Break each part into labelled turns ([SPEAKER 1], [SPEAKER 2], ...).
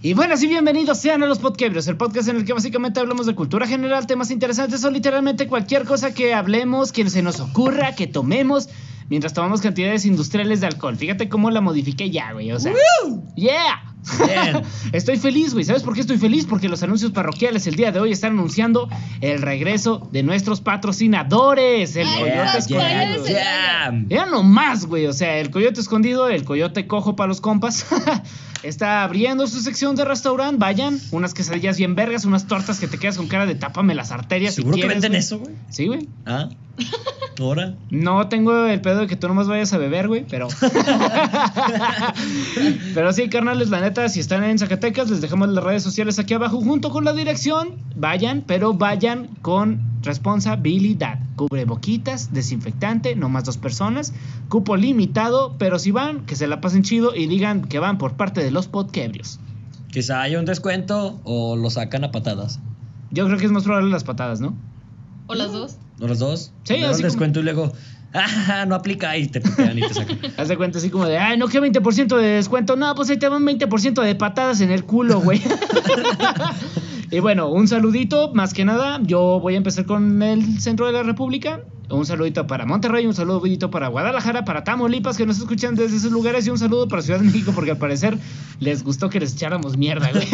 [SPEAKER 1] Y bueno, sí, bienvenidos sean a los Podcabrios, el podcast en el que básicamente hablamos de cultura general, temas interesantes o literalmente cualquier cosa que hablemos, que se nos ocurra, que tomemos, mientras tomamos cantidades industriales de alcohol. Fíjate cómo la modifiqué ya, güey, o sea. ¡Yeah!
[SPEAKER 2] Bien.
[SPEAKER 1] Estoy feliz, güey. ¿Sabes por qué estoy feliz? Porque los anuncios parroquiales el día de hoy están anunciando el regreso de nuestros patrocinadores. El
[SPEAKER 3] Ay,
[SPEAKER 1] Coyote
[SPEAKER 3] no,
[SPEAKER 1] Escondido.
[SPEAKER 3] ¿cuál es el-
[SPEAKER 2] Jam.
[SPEAKER 1] Ya nomás, güey. O sea, el Coyote Escondido, el Coyote Cojo para los compas, está abriendo su sección de restaurante. Vayan, unas quesadillas bien vergas, unas tortas que te quedas con cara de tápame las arterias. si
[SPEAKER 2] ¿Seguro que
[SPEAKER 1] quieres,
[SPEAKER 2] venden
[SPEAKER 1] güey.
[SPEAKER 2] eso, güey?
[SPEAKER 1] Sí, güey.
[SPEAKER 2] Ah. Ahora.
[SPEAKER 1] No tengo el pedo de que tú nomás vayas a beber, güey, pero. pero sí, carnales, la neta, si están en Zacatecas, les dejamos las redes sociales aquí abajo junto con la dirección. Vayan, pero vayan con responsabilidad. Cubre boquitas, desinfectante, nomás dos personas, cupo limitado, pero si van, que se la pasen chido y digan que van por parte de los podquebrios.
[SPEAKER 2] Quizá haya un descuento o lo sacan a patadas.
[SPEAKER 1] Yo creo que es más probable las patadas, ¿no?
[SPEAKER 3] O las dos.
[SPEAKER 2] ¿O los dos?
[SPEAKER 1] Sí,
[SPEAKER 2] Primero
[SPEAKER 1] así
[SPEAKER 2] el
[SPEAKER 1] como-
[SPEAKER 2] descuento y luego, ¡ah, no aplica! Y te putean y te sacan.
[SPEAKER 1] Haz de cuenta así como de, ay, no, que 20% de descuento. No, pues ahí te van 20% de patadas en el culo, güey. y bueno, un saludito, más que nada. Yo voy a empezar con el centro de la República. Un saludito para Monterrey, un saludito para Guadalajara, para Tamaulipas, que nos escuchan desde esos lugares, y un saludo para Ciudad de México, porque al parecer les gustó que les echáramos mierda, güey.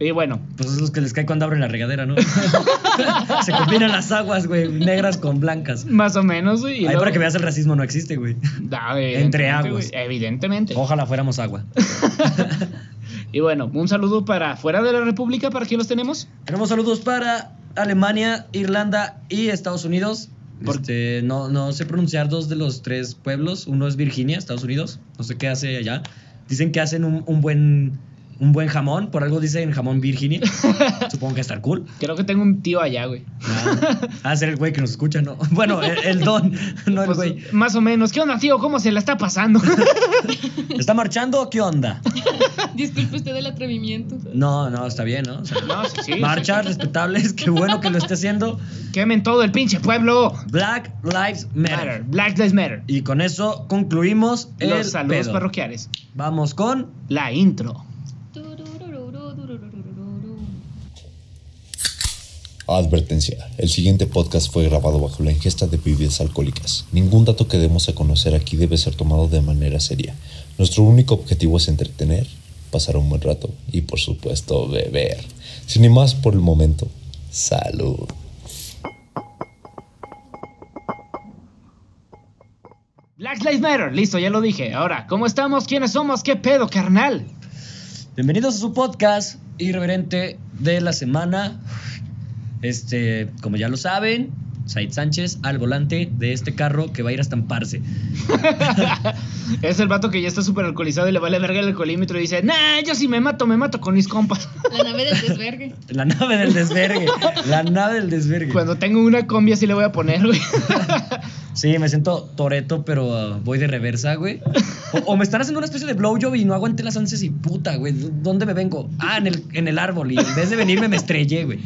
[SPEAKER 1] y bueno,
[SPEAKER 2] Pues es los que les cae cuando abren la regadera, ¿no? Se combinan las aguas, güey, negras con blancas.
[SPEAKER 1] más o menos, güey. y
[SPEAKER 2] Ahí
[SPEAKER 1] luego-
[SPEAKER 2] para que veas el racismo no existe, güey.
[SPEAKER 1] Ah, evidentemente,
[SPEAKER 2] Entre aguas.
[SPEAKER 1] güey, Evidentemente.
[SPEAKER 2] Ojalá fuéramos agua.
[SPEAKER 1] Y bueno, un saludo para fuera de la República, ¿para quién los tenemos?
[SPEAKER 2] Tenemos saludos para Alemania, Irlanda y Estados Unidos.
[SPEAKER 1] Por-
[SPEAKER 2] Este, no, no sé pronunciar dos de los tres pueblos. Uno es Virginia, Estados Unidos. No sé qué hace allá. Dicen que hacen un, un buen, un buen jamón. Por algo dicen jamón Virginia. Supongo que estar cool.
[SPEAKER 1] Creo que tengo un tío allá, güey.
[SPEAKER 2] Ah, ser el güey que nos escucha, ¿no? Bueno, el, el don, no el
[SPEAKER 1] Pues,
[SPEAKER 2] güey.
[SPEAKER 1] más o menos. ¿Qué onda, tío? ¿Cómo se la está pasando?
[SPEAKER 2] ¿Está marchando o qué onda?
[SPEAKER 3] Disculpe usted el atrevimiento.
[SPEAKER 2] No, no, está bien, ¿no? O sea,
[SPEAKER 1] no, sí, sí.
[SPEAKER 2] marcha, respetables, qué bueno que lo esté haciendo.
[SPEAKER 1] Quemen todo el pinche pueblo.
[SPEAKER 2] Black Lives
[SPEAKER 1] Matter.
[SPEAKER 2] Matter.
[SPEAKER 1] Black Lives Matter.
[SPEAKER 2] Y con eso concluimos el
[SPEAKER 1] Los saludos
[SPEAKER 2] pedo.
[SPEAKER 1] parroquiales.
[SPEAKER 2] Vamos con
[SPEAKER 1] La intro.
[SPEAKER 4] Advertencia. El siguiente podcast fue grabado bajo la ingesta de bebidas alcohólicas. Ningún dato que demos a conocer aquí debe ser tomado de manera seria. Nuestro único objetivo es entretener, pasar un buen rato y por supuesto beber. Sin ni más por el momento. Salud.
[SPEAKER 1] Black Lives Matter. Listo, ya lo dije. Ahora, ¿cómo estamos? ¿Quiénes somos? ¿Qué pedo, carnal?
[SPEAKER 2] Bienvenidos a su podcast irreverente de la semana. Este, como ya lo saben, Said Sánchez al volante de este carro que va a ir a estamparse.
[SPEAKER 1] Es el vato que ya está súper alcoholizado y le vale verga el alcoholímetro y dice, nah, yo sí me mato, me mato con mis compas.
[SPEAKER 3] La nave del desvergue.
[SPEAKER 2] La nave del desvergue. la nave del desvergue.
[SPEAKER 1] Cuando tengo una combi así le voy a poner, güey.
[SPEAKER 2] Sí, me siento toreto, pero ah, voy de reversa, güey. O, o me están haciendo una especie de blowjob y no aguanté las ansias y puta, güey. ¿dó- ¿Dónde me vengo? Ah, en el, en el árbol. Y en vez de venirme, me estrellé, güey.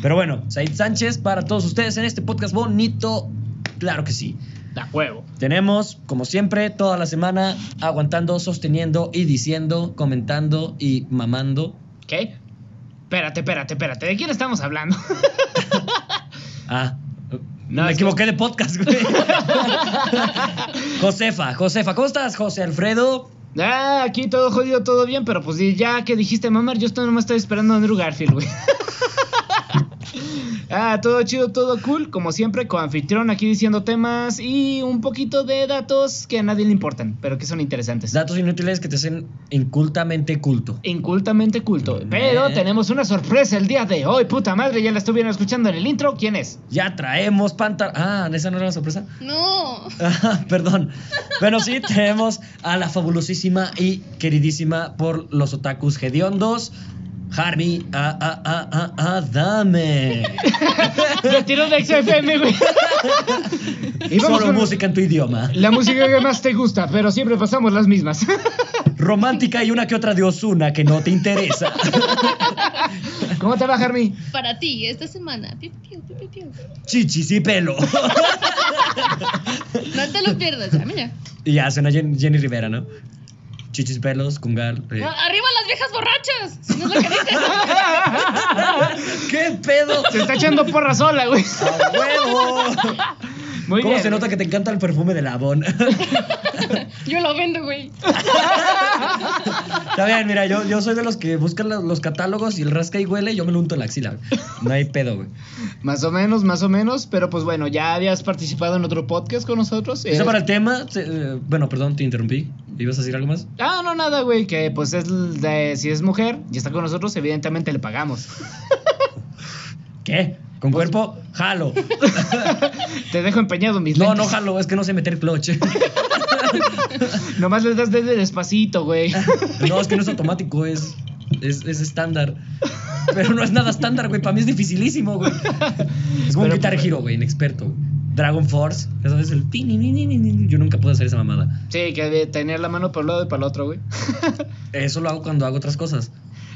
[SPEAKER 2] Pero bueno, Said Sánchez para todos ustedes en este podcast bonito. Claro que sí.
[SPEAKER 1] Da huevo.
[SPEAKER 2] Tenemos, como siempre, toda la semana aguantando, sosteniendo y diciendo, comentando y mamando
[SPEAKER 1] ¿Qué? Espérate, espérate, espérate. ¿De quién estamos hablando?
[SPEAKER 2] Ah,
[SPEAKER 1] No,
[SPEAKER 2] me
[SPEAKER 1] es
[SPEAKER 2] equivoqué de podcast, güey. Josefa, Josefa, ¿cómo estás, José Alfredo?
[SPEAKER 1] Ah, aquí todo jodido, todo bien, pero pues sí, ya que dijiste mamar, yo estoy, nomás estoy esperando a Andrew Garfield, güey. ah, todo chido, todo cool, como siempre, con anfitrión aquí diciendo temas y un poquito de datos que a nadie le importan, pero que son interesantes.
[SPEAKER 2] Datos inútiles que te hacen incultamente culto.
[SPEAKER 1] Incultamente culto.
[SPEAKER 2] Bien.
[SPEAKER 1] Pero tenemos una sorpresa el día de hoy, puta madre, ya la estuvieron escuchando en el intro. ¿Quién es?
[SPEAKER 2] Ya traemos pantal... Ah, esa no era la sorpresa.
[SPEAKER 3] No.
[SPEAKER 2] Ah, Perdón. Bueno, sí, tenemos a la fabulosísima y queridísima por los otakus hediondos, Harmy a, a, a, a, Adame.
[SPEAKER 1] Le tiró de XFM, güey. y vamos
[SPEAKER 2] Solo
[SPEAKER 1] con
[SPEAKER 2] música en tu idioma.
[SPEAKER 1] la música que más te gusta, pero siempre pasamos las mismas.
[SPEAKER 2] Romántica y una que otra de Osuna que no te interesa.
[SPEAKER 1] ¿Cómo te va, Jarmi?
[SPEAKER 3] Para ti, esta semana. Piu, piu, piu, piu, piu.
[SPEAKER 2] Chichis y pelo.
[SPEAKER 3] No te lo pierdas, ya, mira.
[SPEAKER 2] Y ya suena Jen- Jenny Rivera, ¿no? chichis pelos, cungal. eh.
[SPEAKER 3] No,
[SPEAKER 1] Ah.
[SPEAKER 3] ¡Arriba las viejas borrachas! Si no es lo que dices.
[SPEAKER 2] ¿Qué pedo?
[SPEAKER 1] Se está echando porra sola, güey.
[SPEAKER 2] ¡A huevo!
[SPEAKER 1] Muy
[SPEAKER 2] ¿Cómo
[SPEAKER 1] bien.
[SPEAKER 2] se nota que te encanta el perfume de Labón?
[SPEAKER 3] Yo lo vendo, güey.
[SPEAKER 2] Está bien, mira, yo, yo soy de los que buscan los, los catálogos y el rasca y huele, yo me lo unto en la axila. güey. No hay pedo, güey.
[SPEAKER 1] Más o menos, más o menos. Pero pues bueno, ya habías participado en otro podcast con nosotros.
[SPEAKER 2] Eso
[SPEAKER 1] Eres-
[SPEAKER 2] para el tema. se- eh, bueno, perdón, te interrumpí. ¿Ibas a decir algo más?
[SPEAKER 1] Ah, no, nada, güey. Que pues es de- si es mujer y está con nosotros, evidentemente le pagamos.
[SPEAKER 2] ¿Qué? ¿Con
[SPEAKER 1] Pues,
[SPEAKER 2] cuerpo? Jalo.
[SPEAKER 1] Te dejo empeñado mis
[SPEAKER 2] No, no
[SPEAKER 1] lentes.
[SPEAKER 2] jalo, es que no sé meter clutch.
[SPEAKER 1] Nomás le das desde despacito, güey.
[SPEAKER 2] No, es que no es automático, es, es, es estándar. Pero no es nada estándar, güey. Para mí es dificilísimo, güey. Es como un
[SPEAKER 1] Pero,
[SPEAKER 2] Guitar
[SPEAKER 1] pues,
[SPEAKER 2] Hero, güey, inexperto. Dragon Force, ya sabes, el tin, nin, nin, nin, nin. Yo nunca puedo hacer esa mamada.
[SPEAKER 1] Sí, que de tener la mano para un lado y para el otro, güey.
[SPEAKER 2] Eso lo hago cuando hago otras cosas.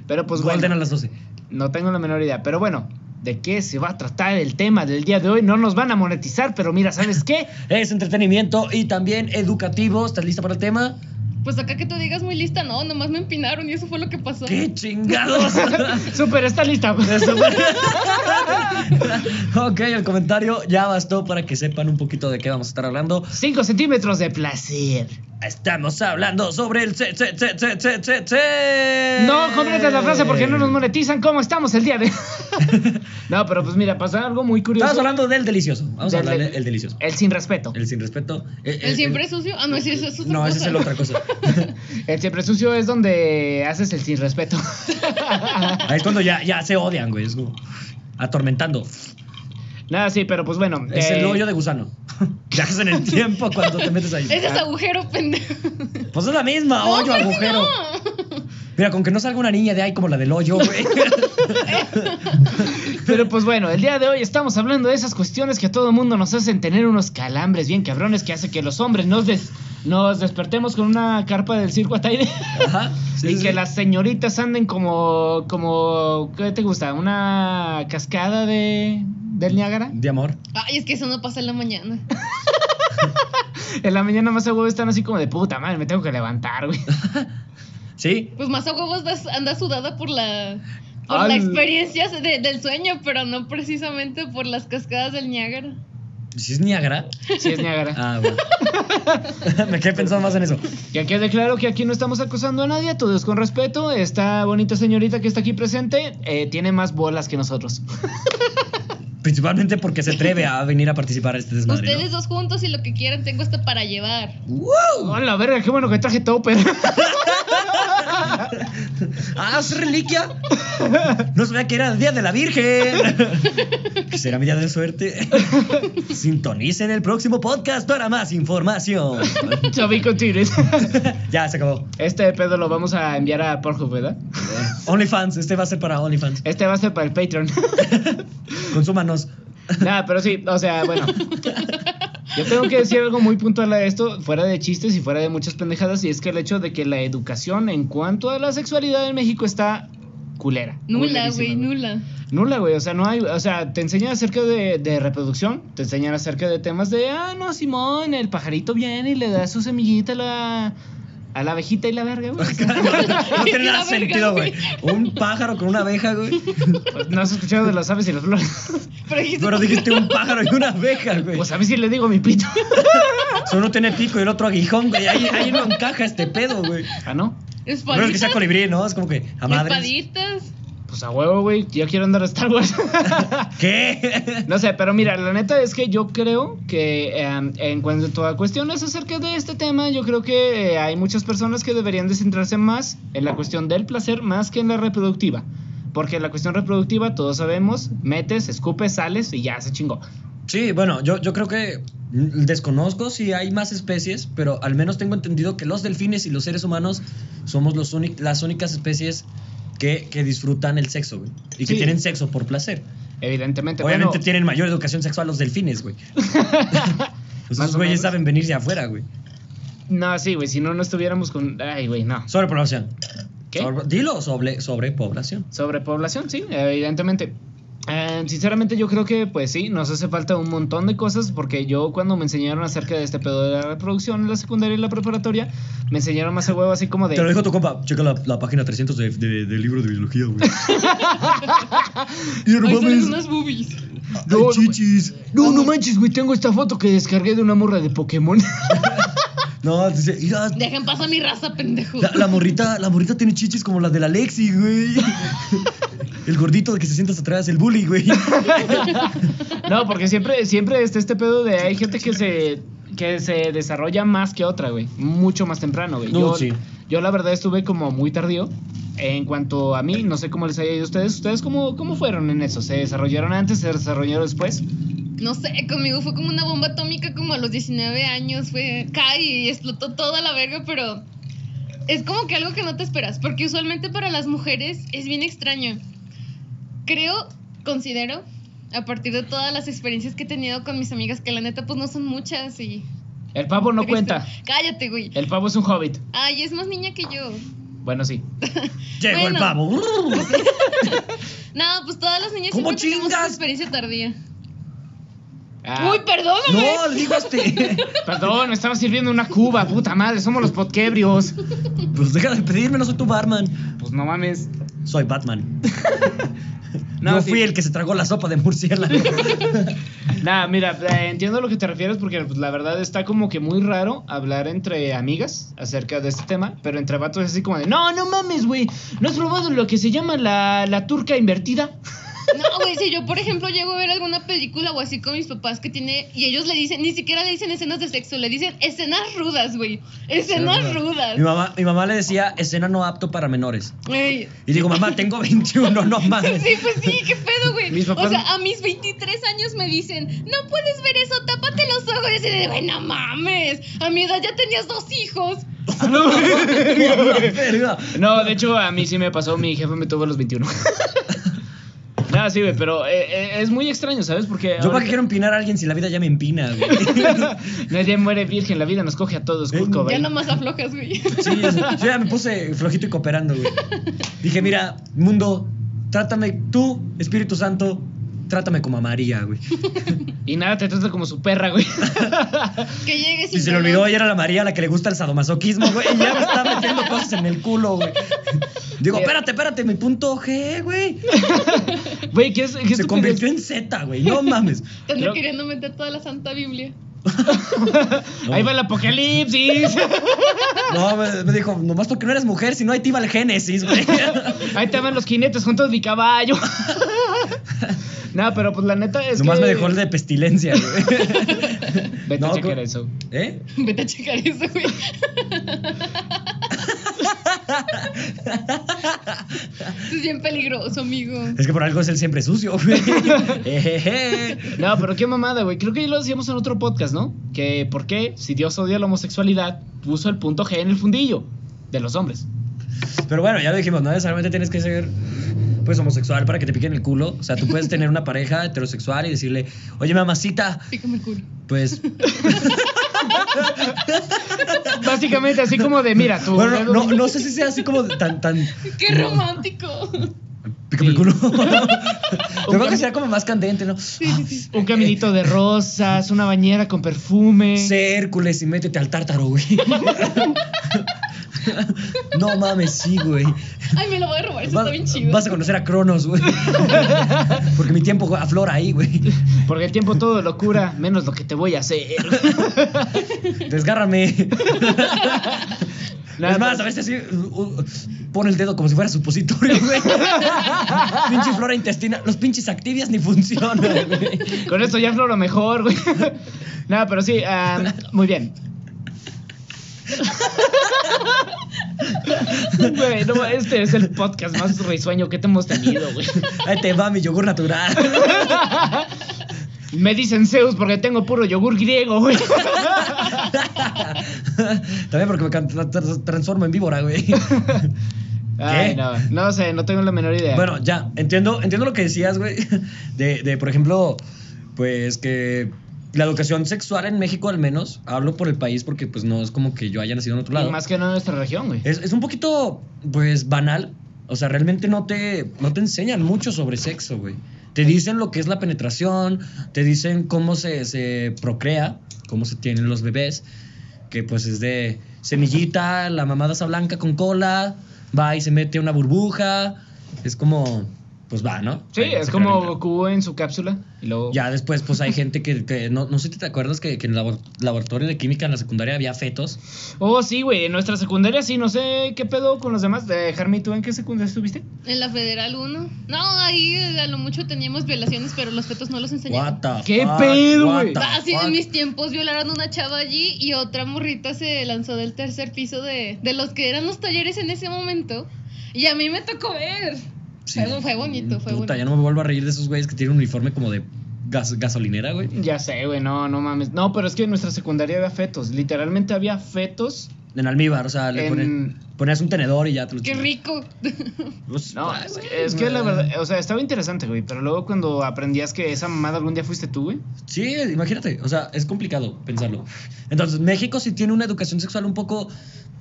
[SPEAKER 1] Pero pues
[SPEAKER 2] Pues Golden
[SPEAKER 1] bueno,
[SPEAKER 2] a las 12.
[SPEAKER 1] no tengo la menor idea. Pero bueno, ¿de qué se va a tratar el tema del día de hoy? No nos van a monetizar, pero mira, ¿sabes qué?
[SPEAKER 2] Es entretenimiento y también educativo. ¿Estás lista para el tema?
[SPEAKER 3] Pues acá que tú digas muy lista, no, nomás me empinaron y eso fue lo que pasó.
[SPEAKER 2] ¡Qué chingados!
[SPEAKER 1] Súper, está lista. güey.
[SPEAKER 2] Eso fue- ok, el comentario ya bastó para que sepan un poquito de qué vamos a estar hablando.
[SPEAKER 1] Cinco centímetros de placer.
[SPEAKER 2] Estamos hablando sobre el se, se, se, se, se, se, se.
[SPEAKER 1] No completas la frase porque no nos monetizan. ¿Cómo estamos el día de No, pero pues mira, pasa algo muy curioso.
[SPEAKER 2] Estamos hablando del delicioso. Vamos a
[SPEAKER 1] Del-
[SPEAKER 2] hablar del el delicioso.
[SPEAKER 1] El sin respeto.
[SPEAKER 2] El sin respeto. El,
[SPEAKER 3] ¿El siempre es sucio? Ah, no, ese, ese es otra
[SPEAKER 2] No,
[SPEAKER 3] cosa.
[SPEAKER 2] ese es el otra cosa.
[SPEAKER 1] El siempre sucio es donde haces el sin respeto.
[SPEAKER 2] Ahí es cuando ya, ya se odian, güey. Es como atormentando.
[SPEAKER 1] Nada, sí, pero pues bueno.
[SPEAKER 2] Es
[SPEAKER 1] eh,
[SPEAKER 2] el hoyo de gusano. Ya es en el tiempo cuando te metes ahí.
[SPEAKER 3] Ese es agujero, pendejo.
[SPEAKER 2] Pues es la misma, hoyo,
[SPEAKER 3] claro que
[SPEAKER 2] agujero.
[SPEAKER 3] no.
[SPEAKER 2] Mira, con que no salga una niña de ahí como la del hoyo, güey.
[SPEAKER 1] Pero pues bueno, el día de hoy estamos hablando de esas cuestiones que a todo mundo nos hacen tener unos calambres bien cabrones que hace que los hombres nos, des- nos despertemos con una carpa del circo al aire
[SPEAKER 2] Ajá. sí,
[SPEAKER 1] y
[SPEAKER 2] sí,
[SPEAKER 1] que
[SPEAKER 2] sí.
[SPEAKER 1] las señoritas anden como, como, ¿qué te gusta? ¿Una cascada de, del Niágara?
[SPEAKER 2] De amor.
[SPEAKER 3] Ay, es que eso no pasa en la mañana.
[SPEAKER 1] En la mañana más a huevo están así como de puta madre, me tengo que levantar, güey.
[SPEAKER 2] Sí.
[SPEAKER 3] Pues más a huevos das- andas sudada por la. Por
[SPEAKER 1] Al-
[SPEAKER 3] la experiencia de- del sueño, pero no precisamente por las cascadas del Niágara.
[SPEAKER 2] Si es Niagara.
[SPEAKER 1] Sí, es Niágara.
[SPEAKER 2] Ah, bueno. Me quedé pensando más en eso.
[SPEAKER 1] Y aquí quede claro que aquí no estamos acosando a nadie, todos con respeto. Esta bonita señorita que está aquí presente eh, tiene más bolas que nosotros.
[SPEAKER 2] Principalmente porque se atreve a venir a participar a este desmadre. ¿no?
[SPEAKER 3] Ustedes dos juntos y lo que quieran, tengo hasta para llevar.
[SPEAKER 2] ¡Wow!
[SPEAKER 1] Hola, verga, qué bueno que traje topper.
[SPEAKER 2] ¡Ah, es reliquia! No sabía que era el día de la Virgen. Que será mi día de suerte. Sintonicen el próximo podcast para más información.
[SPEAKER 1] Chavi con chines.
[SPEAKER 2] Ya se acabó.
[SPEAKER 1] Este pedo lo vamos a enviar a Pornhub, ¿verdad?
[SPEAKER 2] OnlyFans, este va a ser para OnlyFans.
[SPEAKER 1] Este va a ser para el Patreon.
[SPEAKER 2] Consúmanos.
[SPEAKER 1] Nada, pero sí, o sea, bueno. Yo tengo que decir algo muy puntual a esto, fuera de chistes y fuera de muchas pendejadas, y es que el hecho de que la educación en cuanto a la sexualidad en México está culera.
[SPEAKER 3] Nula,
[SPEAKER 1] culerísima,
[SPEAKER 3] güey, nula.
[SPEAKER 1] Nula, güey, o sea, no hay, o sea, te enseñan acerca de, de reproducción, te enseñan acerca de temas de, ah, no, Simón, el pajarito viene y le da su semillita a la, a la abejita y la verga, güey. O sea,
[SPEAKER 2] No tiene
[SPEAKER 3] La
[SPEAKER 2] nada
[SPEAKER 3] verga,
[SPEAKER 2] sentido, güey. Un pájaro con una abeja, güey.
[SPEAKER 1] Pues, no has escuchado de las aves y las flores.
[SPEAKER 3] Pero dijiste-
[SPEAKER 2] Pero dijiste un pájaro y una abeja, güey.
[SPEAKER 1] Pues a ver si le digo mi pito.
[SPEAKER 2] Solo uno tiene pico y el otro aguijón, güey. Ahí, ahí no encaja este pedo, güey.
[SPEAKER 1] Ah, no.
[SPEAKER 2] A menos que sea
[SPEAKER 3] espaditas.
[SPEAKER 2] colibrí, ¿no? Es como que a madres.
[SPEAKER 3] Espaditas.
[SPEAKER 1] Pues a huevo, güey, yo quiero andar a Star Wars.
[SPEAKER 2] ¿Qué?
[SPEAKER 1] No sé, pero mira, la neta es que yo creo que eh, en cuanto a cuestiones acerca de este tema, yo creo que eh, hay muchas personas que deberían de centrarse más en la cuestión del placer más que en la reproductiva. Porque en la cuestión reproductiva, todos sabemos, metes, escupes, sales y ya se chingó.
[SPEAKER 2] Sí, bueno, yo, yo creo que mm, desconozco si hay más especies, pero al menos tengo entendido que los delfines y los seres humanos somos los únic- las únicas especies que, que disfrutan el sexo, güey. Y que
[SPEAKER 1] Sí.
[SPEAKER 2] tienen sexo por placer.
[SPEAKER 1] Evidentemente,
[SPEAKER 2] Obviamente
[SPEAKER 1] bueno,
[SPEAKER 2] tienen mayor educación sexual los delfines, güey. Pues
[SPEAKER 1] Más
[SPEAKER 2] esos
[SPEAKER 1] o
[SPEAKER 2] güeyes
[SPEAKER 1] menos.
[SPEAKER 2] saben venir de afuera, güey.
[SPEAKER 1] No, sí, güey, si no, no estuviéramos con... Ay, güey, no.
[SPEAKER 2] Sobrepoblación.
[SPEAKER 1] ¿Qué?
[SPEAKER 2] Sobre- dilo, sobre, sobrepoblación.
[SPEAKER 1] Sobrepoblación, sí, evidentemente. Eh, sinceramente yo creo que pues sí, nos hace falta un montón de cosas porque yo cuando me enseñaron acerca de este pedo de la reproducción en la secundaria y la preparatoria, me enseñaron más a huevo así como
[SPEAKER 2] Te lo
[SPEAKER 1] de...
[SPEAKER 2] dijo tu compa. Checa la, la página 300 de- de- del libro de biología, güey.
[SPEAKER 3] Hoy salen unas boobies.
[SPEAKER 1] No, no,
[SPEAKER 2] Ay, chichis.
[SPEAKER 1] No, no manches, güey, tengo esta foto que descargué de una morra de Pokémon.
[SPEAKER 2] No, dice, mira,
[SPEAKER 3] Dejen pasar mi raza, pendejo.
[SPEAKER 2] la, la morrita, la morrita tiene chichis como las del Alexi, güey. El gordito que se sienta hasta atrás, el bully, güey.
[SPEAKER 1] No, porque siempre, siempre está este pedo de hay gente que se que se desarrolla más que otra, güey. Mucho más temprano, güey.
[SPEAKER 2] No,
[SPEAKER 1] yo,
[SPEAKER 2] sí.
[SPEAKER 1] yo la verdad estuve como muy tardío. En cuanto a mí, no sé cómo les haya ido a ustedes. ¿Ustedes cómo, cómo fueron en eso? ¿Se desarrollaron antes? ¿Se desarrollaron después?
[SPEAKER 3] No sé, conmigo fue como una bomba atómica como a los 19 años, fue cae y explotó toda la verga, pero es como que algo que no te esperas, porque usualmente para las mujeres es bien extraño. Creo, considero, a partir de todas las experiencias que he tenido con mis amigas, que la neta pues no son muchas y...
[SPEAKER 1] El pavo no
[SPEAKER 3] triste.
[SPEAKER 1] cuenta.
[SPEAKER 3] Cállate, güey.
[SPEAKER 1] El pavo es un hobbit.
[SPEAKER 3] Ay, es más niña que yo.
[SPEAKER 1] Bueno, sí.
[SPEAKER 2] Llegó el
[SPEAKER 3] Bueno.
[SPEAKER 2] pavo.
[SPEAKER 3] No, pues todas las niñas
[SPEAKER 2] ¿Cómo
[SPEAKER 3] siempre tenemos
[SPEAKER 2] chingas?
[SPEAKER 3] esa experiencia tardía.
[SPEAKER 1] Ah,
[SPEAKER 3] Uy, perdóname.
[SPEAKER 2] No, le digo a este.
[SPEAKER 1] perdón, me estaba sirviendo una cuba, puta madre. Somos los podquebrios.
[SPEAKER 2] Pues deja de pedirme, no soy tu barman.
[SPEAKER 1] Pues no mames.
[SPEAKER 2] Soy Batman.
[SPEAKER 1] No,
[SPEAKER 2] Yo
[SPEAKER 1] sí.
[SPEAKER 2] fui el que se tragó la sopa de murciélago.
[SPEAKER 1] Nada, mira, eh, entiendo a lo que te refieres porque pues, la verdad está como que muy raro hablar entre amigas acerca de este tema, pero entre vatos es así como de, no, no mames, güey, ¿no has probado lo que se llama la, la turca invertida?
[SPEAKER 3] No, güey, si yo, por ejemplo, llego a ver alguna película o así con mis papás que tiene. Y ellos le dicen, ni siquiera le dicen escenas de sexo, le dicen escenas rudas, güey. Escenas rudas.
[SPEAKER 2] Mi mamá, mi mamá le decía escena no apto para menores.
[SPEAKER 3] Ey.
[SPEAKER 2] Y digo, mamá, tengo 21, no mames.
[SPEAKER 3] Sí, pues sí, qué pedo, güey.
[SPEAKER 1] Mis papás-
[SPEAKER 3] O sea, a mis 23 años me dicen, no puedes ver eso, tápate los ojos. Y así de, güey, no mames. A mi edad ya tenías dos hijos.
[SPEAKER 2] Verga.
[SPEAKER 1] No, de hecho, a mí sí me pasó, mi jefe me tuvo a los 21. Nada, sí, güey, pero eh, eh, es muy extraño, ¿sabes? Porque
[SPEAKER 2] Yo para
[SPEAKER 1] ahorita-
[SPEAKER 2] qué quiero empinar a alguien si la vida ya me empina, güey.
[SPEAKER 1] nadie muere virgen, la vida nos coge a todos, Kurt
[SPEAKER 2] Eh,
[SPEAKER 1] Cobain.
[SPEAKER 3] Ya nomás aflojas, güey.
[SPEAKER 2] Sí, yo yo ya me puse flojito y cooperando, güey. Dije, mira, mundo, trátame tú, Espíritu Santo, trátame como a María, güey.
[SPEAKER 1] Y nada, te trata como su perra, güey.
[SPEAKER 3] Que llegues
[SPEAKER 2] Y se le olvidó, ayer era la María la que le gusta el sadomasoquismo, güey. Y ya me está metiendo cosas en el culo, güey. Digo, espérate, espérate, mi punto G, güey.
[SPEAKER 1] Güey, ¿qué es? ¿Qué
[SPEAKER 2] Se
[SPEAKER 1] estupidez?
[SPEAKER 2] convirtió en Z, güey. No mames.
[SPEAKER 3] Tendré
[SPEAKER 1] Creo-
[SPEAKER 3] queriendo meter toda la Santa Biblia.
[SPEAKER 1] Ahí va el apocalipsis.
[SPEAKER 2] No, me, me dijo, nomás porque no eres mujer, si no hay tiba el Génesis, güey.
[SPEAKER 1] Ahí te van los jinetes juntos mi caballo. no, pero pues la neta es
[SPEAKER 2] nomás
[SPEAKER 1] que...
[SPEAKER 2] me dejó el de pestilencia, güey.
[SPEAKER 1] Vete a
[SPEAKER 2] No,
[SPEAKER 1] checar
[SPEAKER 2] co-
[SPEAKER 1] eso.
[SPEAKER 2] ¿Eh?
[SPEAKER 3] Vete a checar eso, güey. Esto es bien peligroso, amigo.
[SPEAKER 2] Es que por algo es él siempre sucio, güey. Ejeje.
[SPEAKER 1] No, pero qué mamada, güey. Creo que ya lo decíamos en otro podcast, ¿no? Que por qué, si Dios odia la homosexualidad, puso el punto G en el fundillo de los hombres.
[SPEAKER 2] Pero bueno, ya lo dijimos, no necesariamente tienes que ser pues homosexual para que te piquen el culo. O sea, tú puedes tener una pareja heterosexual y decirle, oye, mamacita,
[SPEAKER 3] Pícame el culo.
[SPEAKER 2] pues.
[SPEAKER 1] Básicamente así como de, mira, tú...
[SPEAKER 2] Bueno, no, no, no sé si sea así como tan, tan.
[SPEAKER 3] ¡Qué romántico!
[SPEAKER 2] Pícame
[SPEAKER 1] Sí.
[SPEAKER 2] el culo. Yo creo que sea como más candente, ¿no?
[SPEAKER 1] Un caminito de rosas, una bañera con perfume.
[SPEAKER 2] Sé Hércules Ah, y métete al tártaro, güey. No mames, sí, güey.
[SPEAKER 3] Ay, me lo voy a robar, eso
[SPEAKER 2] Va-
[SPEAKER 3] está bien chido.
[SPEAKER 2] vas a conocer a Cronos, güey. Porque mi tiempo aflora ahí, güey.
[SPEAKER 1] Porque el tiempo todo lo cura, menos lo que te voy a hacer.
[SPEAKER 2] Desgárrame.
[SPEAKER 1] Nada,
[SPEAKER 2] es más,
[SPEAKER 1] pero-
[SPEAKER 2] a veces así uh, uh, pone el dedo como si fuera supositorio, güey. Pinche flora intestina. Los pinches activias ni funcionan, güey.
[SPEAKER 1] Con esto ya floro mejor, güey. Nada, pero sí, ah, muy bien. Güey, no, este es el podcast más risueño que te hemos tenido, güey.
[SPEAKER 2] Ahí te va mi yogur natural.
[SPEAKER 1] Me dicen Zeus porque tengo puro yogur griego, güey.
[SPEAKER 2] También porque me can- tra- tra- transformo en víbora, güey.
[SPEAKER 1] Ay,
[SPEAKER 2] ¿Qué?
[SPEAKER 1] no, no sé, no tengo la menor idea.
[SPEAKER 2] Bueno, ya, entiendo, entiendo lo que decías, güey. De, de, por ejemplo, pues que la educación sexual en México, al menos, hablo por el país porque, pues, no es como que yo haya nacido en
[SPEAKER 1] Y
[SPEAKER 2] otro lado.
[SPEAKER 1] más que no en nuestra región, güey.
[SPEAKER 2] Es, es un poquito, pues, banal. O sea, realmente no te, no te enseñan mucho sobre sexo, güey. Te dicen lo que es la penetración, te dicen cómo se, se procrea, cómo se tienen los bebés, que pues es de semillita, la mamadaza blanca con cola, va y se mete una burbuja, es como, pues va, ¿no?
[SPEAKER 1] Sí,
[SPEAKER 2] Ahí
[SPEAKER 1] es
[SPEAKER 2] se
[SPEAKER 1] como
[SPEAKER 2] fermenta.
[SPEAKER 1] Goku en su cápsula. Y luego.
[SPEAKER 2] Ya después, pues hay gente que, que- no, no sé si te acuerdas que, que en el labor- laboratorio de química en la secundaria había fetos.
[SPEAKER 1] Oh, sí, güey. En nuestra secundaria sí, no sé qué pedo con los demás. Eh, Jarmi, ¿tú en qué secundaria estuviste?
[SPEAKER 3] En la Federal 1. No, ahí eh, a lo mucho teníamos violaciones, pero los fetos no los
[SPEAKER 2] What
[SPEAKER 3] enseñaban.
[SPEAKER 2] the
[SPEAKER 1] ¿Qué
[SPEAKER 2] fuck?
[SPEAKER 1] pedo,
[SPEAKER 2] What
[SPEAKER 1] güey?
[SPEAKER 2] the
[SPEAKER 3] Así
[SPEAKER 2] fuck?
[SPEAKER 3] en mis tiempos violaron una chava allí y otra morrita se lanzó del tercer piso de, de los que eran los talleres en ese momento. Y a mí me tocó ver.
[SPEAKER 2] Sí.
[SPEAKER 3] Fue, fue bonito, fue
[SPEAKER 2] Puta,
[SPEAKER 3] bonito.
[SPEAKER 2] ya no me vuelvo a reír de esos güeyes que tienen un uniforme como de gas- gasolinera, güey.
[SPEAKER 1] Ya sé, güey. No, no mames. No, pero es que en nuestra secundaria había fetos. Literalmente había fetos.
[SPEAKER 2] En almíbar, o sea, le
[SPEAKER 1] En-
[SPEAKER 2] ponen- ponías un tenedor y ya te lo
[SPEAKER 3] Qué
[SPEAKER 2] chingas.
[SPEAKER 3] rico.
[SPEAKER 2] Pues,
[SPEAKER 1] No,
[SPEAKER 2] ah,
[SPEAKER 1] es,
[SPEAKER 2] güey,
[SPEAKER 1] que- es que la
[SPEAKER 2] güey.
[SPEAKER 1] verdad, eh, o sea, estaba interesante, güey. Pero luego cuando aprendías que esa mamada algún día fuiste tú, güey.
[SPEAKER 2] Sí, imagínate, o sea, es complicado pensarlo. Entonces, México sí tiene una educación sexual un poco,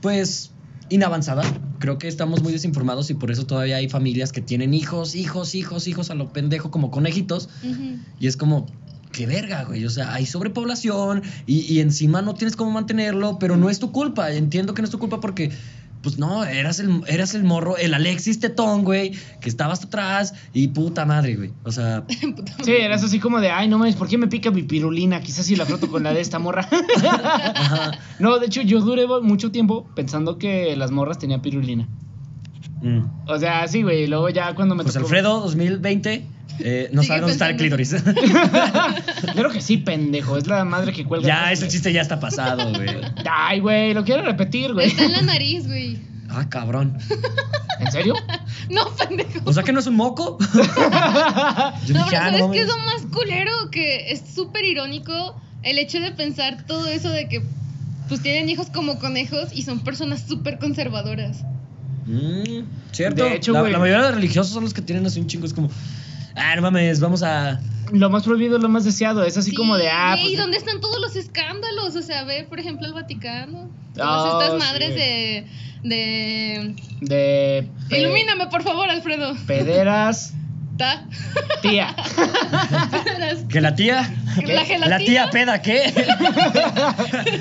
[SPEAKER 2] pues, inavanzada. Creo que estamos muy desinformados y por eso todavía hay familias que tienen hijos, hijos, hijos, hijos a lo pendejo como conejitos.
[SPEAKER 3] Ujú.
[SPEAKER 2] Y es como, qué verga, güey. O sea, hay sobrepoblación y, y encima no tienes cómo mantenerlo, pero no es tu culpa. Entiendo que no es tu culpa porque, pues no, eras el, eras el morro, el Alexis Tetón, güey, que estaba hasta atrás y puta madre, güey. O sea,
[SPEAKER 3] Puta
[SPEAKER 1] Sí, eras así como de, ay, no mames, ¿por qué me pica mi pirulina? Quizás si la froto con la de esta morra.
[SPEAKER 2] ajá.
[SPEAKER 1] no, de hecho, yo duré mucho tiempo pensando que las morras tenían pirulina.
[SPEAKER 2] Mm.
[SPEAKER 1] O sea, sí, güey. y Luego ya cuando me
[SPEAKER 2] Pues
[SPEAKER 1] tocó-
[SPEAKER 2] Alfredo, 2020, eh, no
[SPEAKER 3] Sigue
[SPEAKER 2] sabe dónde está el
[SPEAKER 3] pensando.
[SPEAKER 2] clítoris.
[SPEAKER 1] Claro que sí, pendejo. Es la madre que cuelga.
[SPEAKER 2] ya, ese chiste ya está pasado, güey.
[SPEAKER 1] Ay, güey, lo quiero repetir, güey.
[SPEAKER 3] Está en la nariz, güey.
[SPEAKER 2] Ah, cabrón.
[SPEAKER 1] ¿En serio?
[SPEAKER 3] No, pendejo.
[SPEAKER 2] O sea que no es un moco. Yo
[SPEAKER 3] No,
[SPEAKER 2] dije,
[SPEAKER 3] pero
[SPEAKER 2] ah,
[SPEAKER 3] ¿sabes
[SPEAKER 2] no
[SPEAKER 3] qué es
[SPEAKER 2] mames.
[SPEAKER 3] lo más culero? Que es súper irónico el hecho de pensar todo eso de que pues tienen hijos como conejos y son personas súper conservadoras.
[SPEAKER 2] Mm, cierto.
[SPEAKER 1] De hecho,
[SPEAKER 2] la,
[SPEAKER 1] güey.
[SPEAKER 2] la mayoría de los religiosos son los que tienen así un chingo. Es como, ah, no mames, vamos a.
[SPEAKER 1] Lo más prohibido es lo más deseado. Es así como de, ah,
[SPEAKER 3] güey, ¿Y
[SPEAKER 2] eh".
[SPEAKER 1] pues,
[SPEAKER 3] dónde están todos los escándalos? O sea, ve, por ejemplo, el Vaticano. Todas
[SPEAKER 1] Ah,
[SPEAKER 3] estas
[SPEAKER 1] sí.
[SPEAKER 3] madres de... de...
[SPEAKER 1] de. pe-
[SPEAKER 3] Ilumíname, por favor, Alfredo.
[SPEAKER 1] Pederas,
[SPEAKER 3] Ta.
[SPEAKER 1] tía.
[SPEAKER 2] Que la tía.
[SPEAKER 3] La
[SPEAKER 2] La
[SPEAKER 3] gelatina.
[SPEAKER 2] tía peda, ¿qué?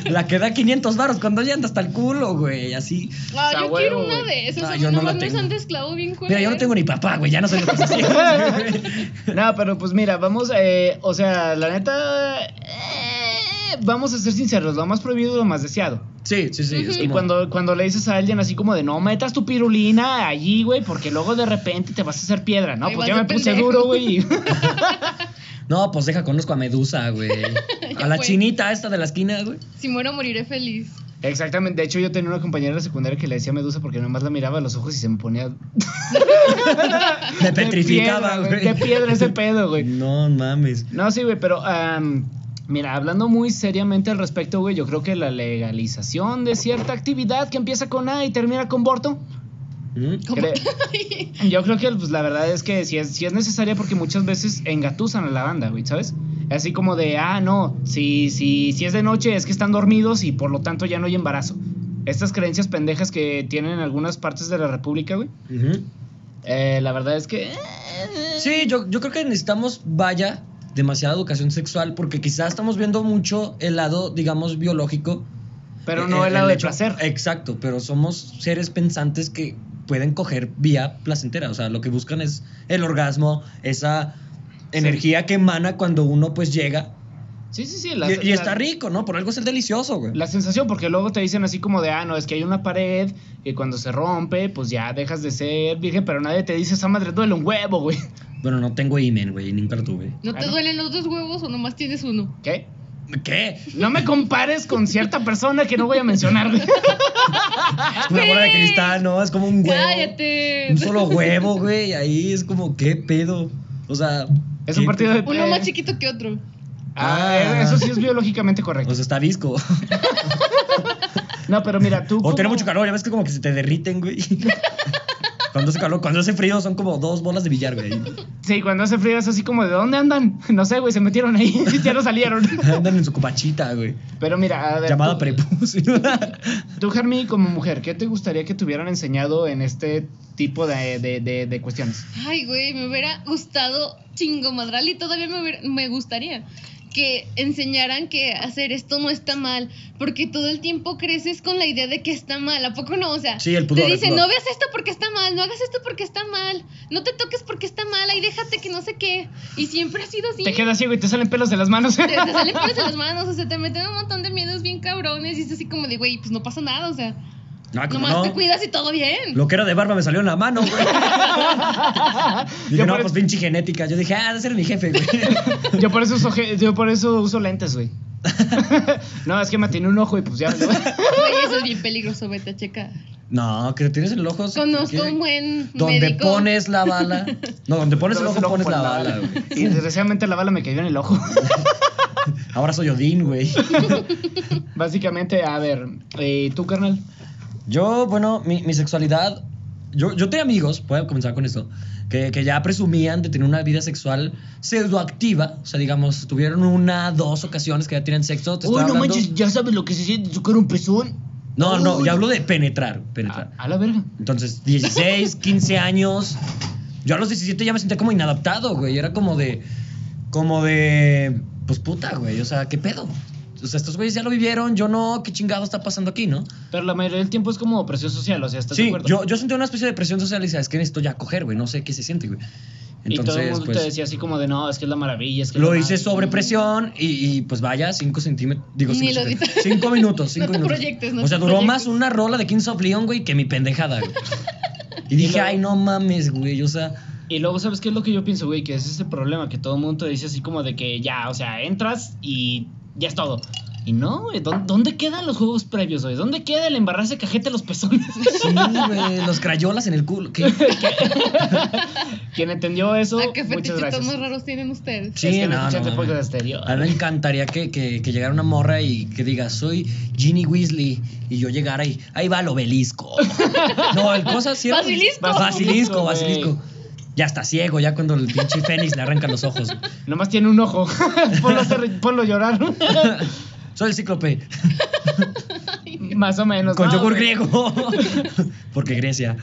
[SPEAKER 2] la que da 500 baros cuando ya anda hasta el culo, güey. Así.
[SPEAKER 3] Ah,
[SPEAKER 1] Está
[SPEAKER 3] yo
[SPEAKER 1] huevo,
[SPEAKER 3] quiero una
[SPEAKER 1] güey.
[SPEAKER 3] de esas.
[SPEAKER 2] Ah,
[SPEAKER 3] a mí
[SPEAKER 2] yo no la
[SPEAKER 3] nomás me
[SPEAKER 2] tengo.
[SPEAKER 3] han de esclavo bien
[SPEAKER 2] Mira, yo no
[SPEAKER 3] culero.
[SPEAKER 2] tengo ni papá, güey. Ya no sé lo que se siente.
[SPEAKER 1] No, pero pues mira, vamos, eh, o sea, la neta, eh, vamos a ser sinceros, lo más prohibido es lo más deseado.
[SPEAKER 2] Sí, sí, sí. es
[SPEAKER 3] Ujú.
[SPEAKER 1] Y
[SPEAKER 2] como-
[SPEAKER 1] cuando, cuando le dices a alguien así como de, no metas tu pirulina allí, güey, porque luego de repente te vas a hacer piedra, ¿no?
[SPEAKER 3] Ahí
[SPEAKER 1] Pues
[SPEAKER 3] vas
[SPEAKER 1] ya
[SPEAKER 3] de
[SPEAKER 1] me puse
[SPEAKER 3] pendejo.
[SPEAKER 1] duro, güey. y-
[SPEAKER 2] No, pues deja, conozco a Medusa, güey.
[SPEAKER 3] Ya
[SPEAKER 2] A la
[SPEAKER 3] fue.
[SPEAKER 2] chinita esta de la esquina, güey.
[SPEAKER 3] Si muero, moriré feliz.
[SPEAKER 1] Exactamente, de hecho yo tenía una compañera de la secundaria que le decía medusa porque nomás la miraba a los ojos y se me ponía...
[SPEAKER 2] Te
[SPEAKER 1] de
[SPEAKER 2] petrificaba,
[SPEAKER 1] piedra, güey.
[SPEAKER 2] güey.
[SPEAKER 1] De piedra ese pedo, güey.
[SPEAKER 2] No mames.
[SPEAKER 1] No, sí, güey, pero am, mira, hablando muy seriamente al respecto, güey, yo creo que la legalización de cierta actividad que empieza con A y termina con Borto,
[SPEAKER 2] ¿Mm?
[SPEAKER 1] cre- yo creo que pues, la verdad es que si es, si es necesaria porque muchas veces engatusan a la banda, güey, ¿sabes? Así como de, ah, no, si, si, si es de noche es que están dormidos y por lo tanto ya no hay embarazo. Estas creencias pendejas que tienen en algunas partes de la República, güey.
[SPEAKER 2] Ujú.
[SPEAKER 1] eh, la verdad es que... eh,
[SPEAKER 2] Sí, yo, yo creo que necesitamos, vaya, demasiada educación sexual porque quizás estamos viendo mucho el lado, digamos, biológico.
[SPEAKER 1] Pero no
[SPEAKER 2] Eh,
[SPEAKER 1] el lado de
[SPEAKER 2] hecho-
[SPEAKER 1] placer.
[SPEAKER 2] Exacto, pero somos seres pensantes que pueden coger vía placentera. O sea, lo que buscan es el orgasmo, esa energía que emana cuando uno pues llega.
[SPEAKER 1] Sí, sí, sí. la-
[SPEAKER 2] y, y
[SPEAKER 1] la-
[SPEAKER 2] está rico, ¿no? Por algo es el delicioso, güey.
[SPEAKER 1] La sensación, porque luego te dicen así como de, ah, no, es que hay una pared que cuando se rompe, pues ya dejas de ser virgen, pero nadie te dice, esa madre duele un huevo, güey.
[SPEAKER 2] Bueno, no tengo imen, güey, nunca lo tuve.
[SPEAKER 3] ¿No
[SPEAKER 1] Ah,
[SPEAKER 3] te
[SPEAKER 1] ¿no?
[SPEAKER 3] duelen los dos huevos o nomás tienes uno?
[SPEAKER 1] ¿Qué?
[SPEAKER 2] ¿Qué?
[SPEAKER 1] No me compares con cierta persona que no voy a mencionar, güey. Ah,
[SPEAKER 2] Una bola de cristal, ¿no? Es como un huevo.
[SPEAKER 3] Cállate.
[SPEAKER 2] Un solo huevo, güey. Ahí es como, ¿qué pedo? O sea.
[SPEAKER 1] Es un
[SPEAKER 2] ¿qué
[SPEAKER 1] partido de...
[SPEAKER 3] Uno más
[SPEAKER 1] eh,
[SPEAKER 3] chiquito que otro.
[SPEAKER 1] ah, eso sí es biológicamente
[SPEAKER 2] pedo?
[SPEAKER 1] correcto.
[SPEAKER 2] O sea, está visco.
[SPEAKER 1] No, pero mira, tú...
[SPEAKER 2] O
[SPEAKER 1] como-
[SPEAKER 2] tiene mucho calor, ya ves que como que se te derriten, güey. Cuando hace calor, cuando hace frío son como dos bolas de billar, güey.
[SPEAKER 1] Sí, cuando hace frío es así como, ¿de dónde andan? No sé, güey, se metieron ahí, ya no salieron.
[SPEAKER 2] Andan en su copachita, güey.
[SPEAKER 1] Pero mira, a ver.
[SPEAKER 2] Llamada
[SPEAKER 1] tú-
[SPEAKER 2] prepucio.
[SPEAKER 1] Tú, Germi, como mujer, ¿qué te gustaría que te hubieran enseñado en este tipo de, de- de- de cuestiones?
[SPEAKER 3] Ay, güey, me hubiera gustado chingo madral y todavía me, hubiera- me gustaría que enseñaran que hacer esto no está mal, porque todo el tiempo creces con la idea de que está mal, ¿a poco no? O sea,
[SPEAKER 2] Sí, el pudor,
[SPEAKER 3] te
[SPEAKER 2] el
[SPEAKER 3] dicen,
[SPEAKER 2] pudor.
[SPEAKER 3] no veas esto porque está mal, no hagas esto porque está mal, no te toques porque está mal, ahí déjate que no sé qué, y siempre ha sido así.
[SPEAKER 1] Te quedas ciego y te salen pelos de las manos.
[SPEAKER 3] te, te salen pelos en las manos, o sea, te meten un montón de miedos bien cabrones y es así como de, güey, pues no pasa nada, o sea,
[SPEAKER 1] Ah,
[SPEAKER 2] No, como
[SPEAKER 3] nomás
[SPEAKER 2] no.
[SPEAKER 3] te cuidas y todo bien.
[SPEAKER 2] Lo que era de barba me salió en la mano, güey.
[SPEAKER 1] yo,
[SPEAKER 2] Dije, no,
[SPEAKER 1] por
[SPEAKER 2] pues
[SPEAKER 1] eso,
[SPEAKER 2] pinche genética. Yo dije, ah, debe ser mi jefe, güey.
[SPEAKER 1] yo por eso uso, ge- yo por eso uso lentes, güey. no, es que me tiene un ojo y pues ya. güey.
[SPEAKER 3] Güey, eso es bien peligroso, vete a checar.
[SPEAKER 2] No, que tienes el ojo.
[SPEAKER 3] Conozco
[SPEAKER 2] que-
[SPEAKER 3] un buen
[SPEAKER 2] Donde
[SPEAKER 3] médico.
[SPEAKER 2] pones la bala. No, donde pones el
[SPEAKER 1] Entonces,
[SPEAKER 2] ojo, pones la
[SPEAKER 1] por
[SPEAKER 2] bala, güey.
[SPEAKER 1] Y desgraciadamente la bala me cayó en el ojo.
[SPEAKER 2] Ahora soy Odín, güey.
[SPEAKER 1] Básicamente, a ver, eh, ¿tú, carnal?
[SPEAKER 2] Yo, bueno, mi, mi sexualidad. Yo, yo tenía amigos, voy a comenzar con esto, que, que ya presumían de tener una vida sexual pseudoactiva. O sea, digamos, tuvieron una, dos ocasiones que ya tienen sexo. te estoy hablando-
[SPEAKER 1] ya sabes lo que se siente tocar un pezón.
[SPEAKER 2] No, no,
[SPEAKER 1] Uy.
[SPEAKER 2] ya hablo de penetrar,
[SPEAKER 1] A,
[SPEAKER 2] penetrar.
[SPEAKER 1] a la verga.
[SPEAKER 2] Entonces, 16, 15 años. Yo a los 17 ya me sentía como inadaptado, güey. Era como de. Como de. Pues puta, güey. O sea, ¿qué pedo? O sea, estos güeyes ya lo vivieron, yo no, qué chingado está pasando aquí, ¿no?
[SPEAKER 1] Pero la mayoría del tiempo es como presión social, o sea, ¿estás de
[SPEAKER 2] Sí,
[SPEAKER 1] acuerdo?
[SPEAKER 2] yo, yo sentí una especie de presión social y decía, es que necesito ya coger, güey, no sé qué se siente, güey.
[SPEAKER 1] y todo el
[SPEAKER 2] Entonces,
[SPEAKER 1] mundo te
[SPEAKER 2] pues,
[SPEAKER 1] decía así como de, no, es que es la maravilla, es que es
[SPEAKER 2] lo
[SPEAKER 1] la
[SPEAKER 2] hice
[SPEAKER 1] madre".
[SPEAKER 2] sobre presión y, y, pues vaya, 5 centímetros, digo,
[SPEAKER 3] Ni
[SPEAKER 2] 5
[SPEAKER 3] lo
[SPEAKER 2] centímetros,
[SPEAKER 3] dices.
[SPEAKER 2] cinco minutos,
[SPEAKER 3] No
[SPEAKER 2] 5
[SPEAKER 3] te
[SPEAKER 2] minutos.
[SPEAKER 3] proyectes, no
[SPEAKER 2] o sea,
[SPEAKER 3] te
[SPEAKER 2] duró
[SPEAKER 3] proyectes.
[SPEAKER 2] más una rola de Kings of Leon, güey, que mi pendejada, güey. Y dije,
[SPEAKER 1] luego-
[SPEAKER 2] ay, no mames, güey, o sea,
[SPEAKER 1] Y luego, ¿sabes qué es lo que yo pienso, güey? Que es ese problema que todo el mundo te dice así como de que ya, o sea, entras y ya es todo. Y no, güey, ¿dó- ¿dónde quedan los juegos previos, güey? ¿Dónde queda el embarrarse cajete a los pezones?
[SPEAKER 2] sí, güey, los crayolas en el culo. ¿qué?
[SPEAKER 1] Quien entendió eso,
[SPEAKER 3] Ah, qué
[SPEAKER 1] muchas
[SPEAKER 3] fetichitos más
[SPEAKER 1] gracias.
[SPEAKER 3] raros tienen ustedes.
[SPEAKER 2] Sí,
[SPEAKER 1] es que
[SPEAKER 2] no,
[SPEAKER 1] no,
[SPEAKER 2] no,
[SPEAKER 1] escuchaste
[SPEAKER 2] no,
[SPEAKER 1] podcast
[SPEAKER 2] no.
[SPEAKER 1] anterior.
[SPEAKER 2] A mí me encantaría que, que, que llegara una morra y que diga, soy Ginny Weasley. Y yo llegara y, ahí va el obelisco. no, el cosa sí era-
[SPEAKER 3] Basilisco.
[SPEAKER 1] Basilisco,
[SPEAKER 2] Basilisco, basilisco. Ya está ciego, ya cuando el pinche Fénix le arranca los ojos.
[SPEAKER 1] Nomás tiene un ojo. ponlo, a hacer- ponlo a llorar.
[SPEAKER 2] Soy el cíclope,
[SPEAKER 1] Más o menos.
[SPEAKER 2] con
[SPEAKER 1] ¿no,
[SPEAKER 2] yogur
[SPEAKER 1] güey?
[SPEAKER 2] griego. Porque Grecia.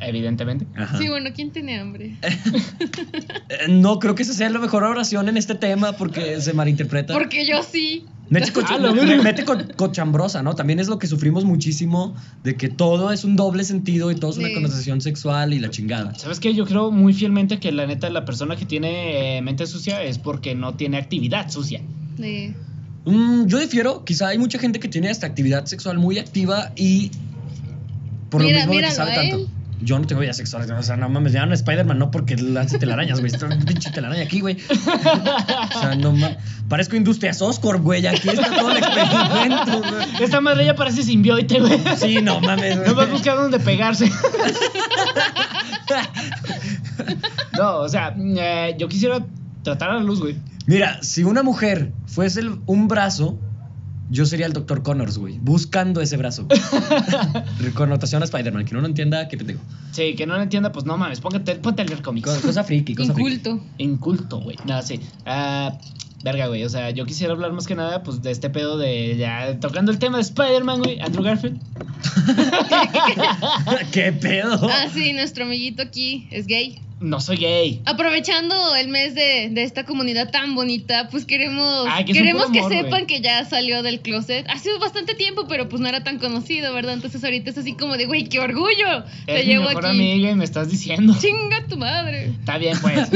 [SPEAKER 1] Evidentemente.
[SPEAKER 2] Ajá.
[SPEAKER 3] Sí, bueno, ¿quién tiene hambre?
[SPEAKER 2] Eh, No creo que esa sea la mejor oración en este tema porque se malinterpreta.
[SPEAKER 3] Porque yo sí.
[SPEAKER 2] Mete, cocha-
[SPEAKER 1] Ah, la
[SPEAKER 2] me-
[SPEAKER 1] verga.
[SPEAKER 2] mete co- cochambrosa, ¿no? También es lo que sufrimos muchísimo de que todo es un doble sentido y todo es una
[SPEAKER 3] Sí.
[SPEAKER 2] connotación sexual y la chingada.
[SPEAKER 1] ¿Sabes qué? Yo creo muy fielmente que la neta la persona que tiene eh, mente sucia es porque no tiene actividad sucia.
[SPEAKER 3] De-
[SPEAKER 2] Mm, yo difiero, quizá hay mucha gente que tiene esta actividad sexual muy activa y por
[SPEAKER 3] Mira,
[SPEAKER 2] lo mismo de que
[SPEAKER 3] míralo ¿eh?
[SPEAKER 2] sabe
[SPEAKER 3] a
[SPEAKER 2] tanto.
[SPEAKER 3] él.
[SPEAKER 2] Yo no tengo vida sexual, o sea, no mames, ya no Spider-Man, no porque lance telarañas, güey. Está un pinche telaraña aquí, güey. O sea, no mames. Parezco Industrias Oscorp, güey. Aquí está todo el experimento, güey.
[SPEAKER 1] Esta madre ya parece simbiote, güey.
[SPEAKER 2] Sí, no mames.
[SPEAKER 1] No vas
[SPEAKER 2] güey.
[SPEAKER 1] a buscar dónde pegarse. No, o sea, eh, yo quisiera tratar a la luz, güey.
[SPEAKER 2] Mira, si una mujer fuese el- un brazo, yo sería el Dr. Connors, güey. Buscando ese brazo. güey. Connotación a Spider-Man, que no lo entienda, ¿qué te digo?
[SPEAKER 1] Sí, que no lo entienda, pues no mames, póngate, ponte a leer
[SPEAKER 2] Co-
[SPEAKER 1] cómics.
[SPEAKER 2] Cosa friki, cosa friki.
[SPEAKER 3] Inculto.
[SPEAKER 1] Inculto, güey. No, sí. Ah, verga, güey. O sea, yo quisiera hablar más que nada, pues, de este pedo de ya tocando el tema de Spider-Man, güey. Andrew Garfield.
[SPEAKER 2] ¿Qué
[SPEAKER 1] Oh.
[SPEAKER 2] pedo?
[SPEAKER 3] Ah, sí, nuestro amiguito aquí es gay.
[SPEAKER 1] No soy gay.
[SPEAKER 3] Aprovechando el mes de, de esta comunidad tan bonita, pues queremos,
[SPEAKER 1] Ah, que es un
[SPEAKER 3] queremos
[SPEAKER 1] puro
[SPEAKER 3] que
[SPEAKER 1] amor, güey.
[SPEAKER 3] sepan que ya salió del closet. Ha sido bastante tiempo, pero pues no era tan conocido, ¿verdad? Entonces ahorita es así como de, güey, qué orgullo. Te
[SPEAKER 1] Es mi
[SPEAKER 3] llevo
[SPEAKER 1] mejor
[SPEAKER 3] aquí.
[SPEAKER 1] amiga y me estás diciendo.
[SPEAKER 3] Chinga tu madre.
[SPEAKER 1] Está bien, pues.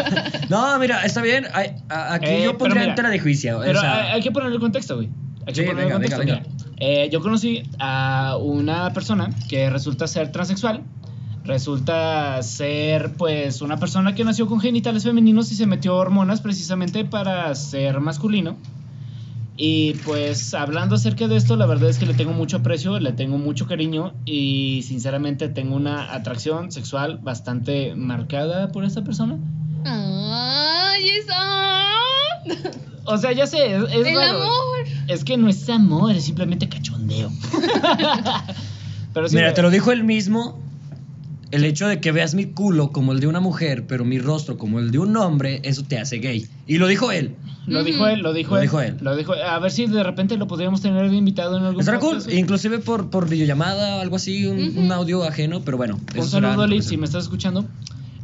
[SPEAKER 2] No, mira, está bien. ay, a- Aquí
[SPEAKER 1] Eh,
[SPEAKER 2] yo
[SPEAKER 1] pero
[SPEAKER 2] pondría
[SPEAKER 1] mira,
[SPEAKER 2] entera de juicio. o
[SPEAKER 1] Pero eh,
[SPEAKER 2] sea,
[SPEAKER 1] hay, hay que ponerle contexto, güey. Hay
[SPEAKER 2] Sí,
[SPEAKER 1] que ponerle
[SPEAKER 2] venga,
[SPEAKER 1] contexto.
[SPEAKER 2] venga, venga.
[SPEAKER 1] Mira, eh, yo conocí a una persona que resulta ser transexual. Resulta ser, pues, una persona que nació con genitales femeninos y se metió hormonas precisamente para ser masculino. Y pues, hablando acerca de esto, la verdad es que le tengo mucho aprecio, le tengo mucho cariño y sinceramente tengo una atracción sexual bastante marcada por esta persona.
[SPEAKER 3] Ay, eso.
[SPEAKER 1] O sea, ya sé, es, es
[SPEAKER 3] El
[SPEAKER 1] raro.
[SPEAKER 3] amor.
[SPEAKER 1] Es que no es amor, es simplemente cachondeo. Pero sí, eh.
[SPEAKER 2] mira,
[SPEAKER 1] güey,
[SPEAKER 2] te lo dijo él mismo. El hecho de que veas mi culo como el de una mujer, pero mi rostro como el de un hombre, eso te hace gay. Y lo dijo él.
[SPEAKER 1] Lo
[SPEAKER 3] Ujú.
[SPEAKER 1] dijo él, lo dijo
[SPEAKER 2] Lo
[SPEAKER 1] él.
[SPEAKER 2] dijo él.
[SPEAKER 1] Lo dijo A ver si de repente lo podríamos tener de invitado en algún
[SPEAKER 2] Estará cool,
[SPEAKER 1] podcast.
[SPEAKER 2] inclusive por, por videollamada o algo así, un,
[SPEAKER 3] Ujú.
[SPEAKER 2] un audio ajeno, pero bueno. eso
[SPEAKER 1] Un
[SPEAKER 2] será
[SPEAKER 1] saludo, Liv,
[SPEAKER 2] otra
[SPEAKER 1] si me estás escuchando.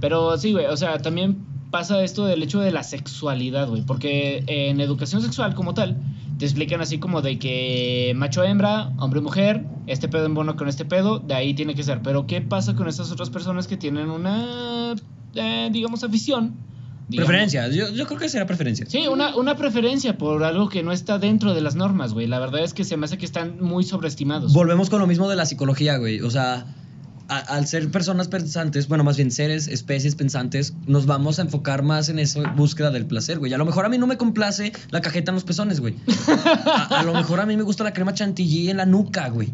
[SPEAKER 1] Pero sí, güey, o sea, también pasa esto del hecho de la sexualidad, güey. Porque eh, en educación sexual como tal, te explican así como de que macho-hembra, hombre-mujer, este pedo en bono con este pedo, de ahí tiene que ser. Pero ¿qué pasa con estas otras personas que tienen una, eh, digamos, afición? digamos?
[SPEAKER 2] Preferencia, yo, yo creo que será preferencia.
[SPEAKER 1] Sí, una, una preferencia por algo que no está dentro de las normas, güey. La verdad es que se me hace que están muy sobreestimados.
[SPEAKER 2] Volvemos con lo mismo de la psicología, güey. O sea, a- al ser personas pensantes, bueno, más bien seres, especies pensantes, nos vamos a enfocar más en esa búsqueda del placer, güey. A lo mejor a mí no me complace la cajeta en los pezones, güey. A, a lo mejor a mí me gusta la crema chantilly en la nuca, güey.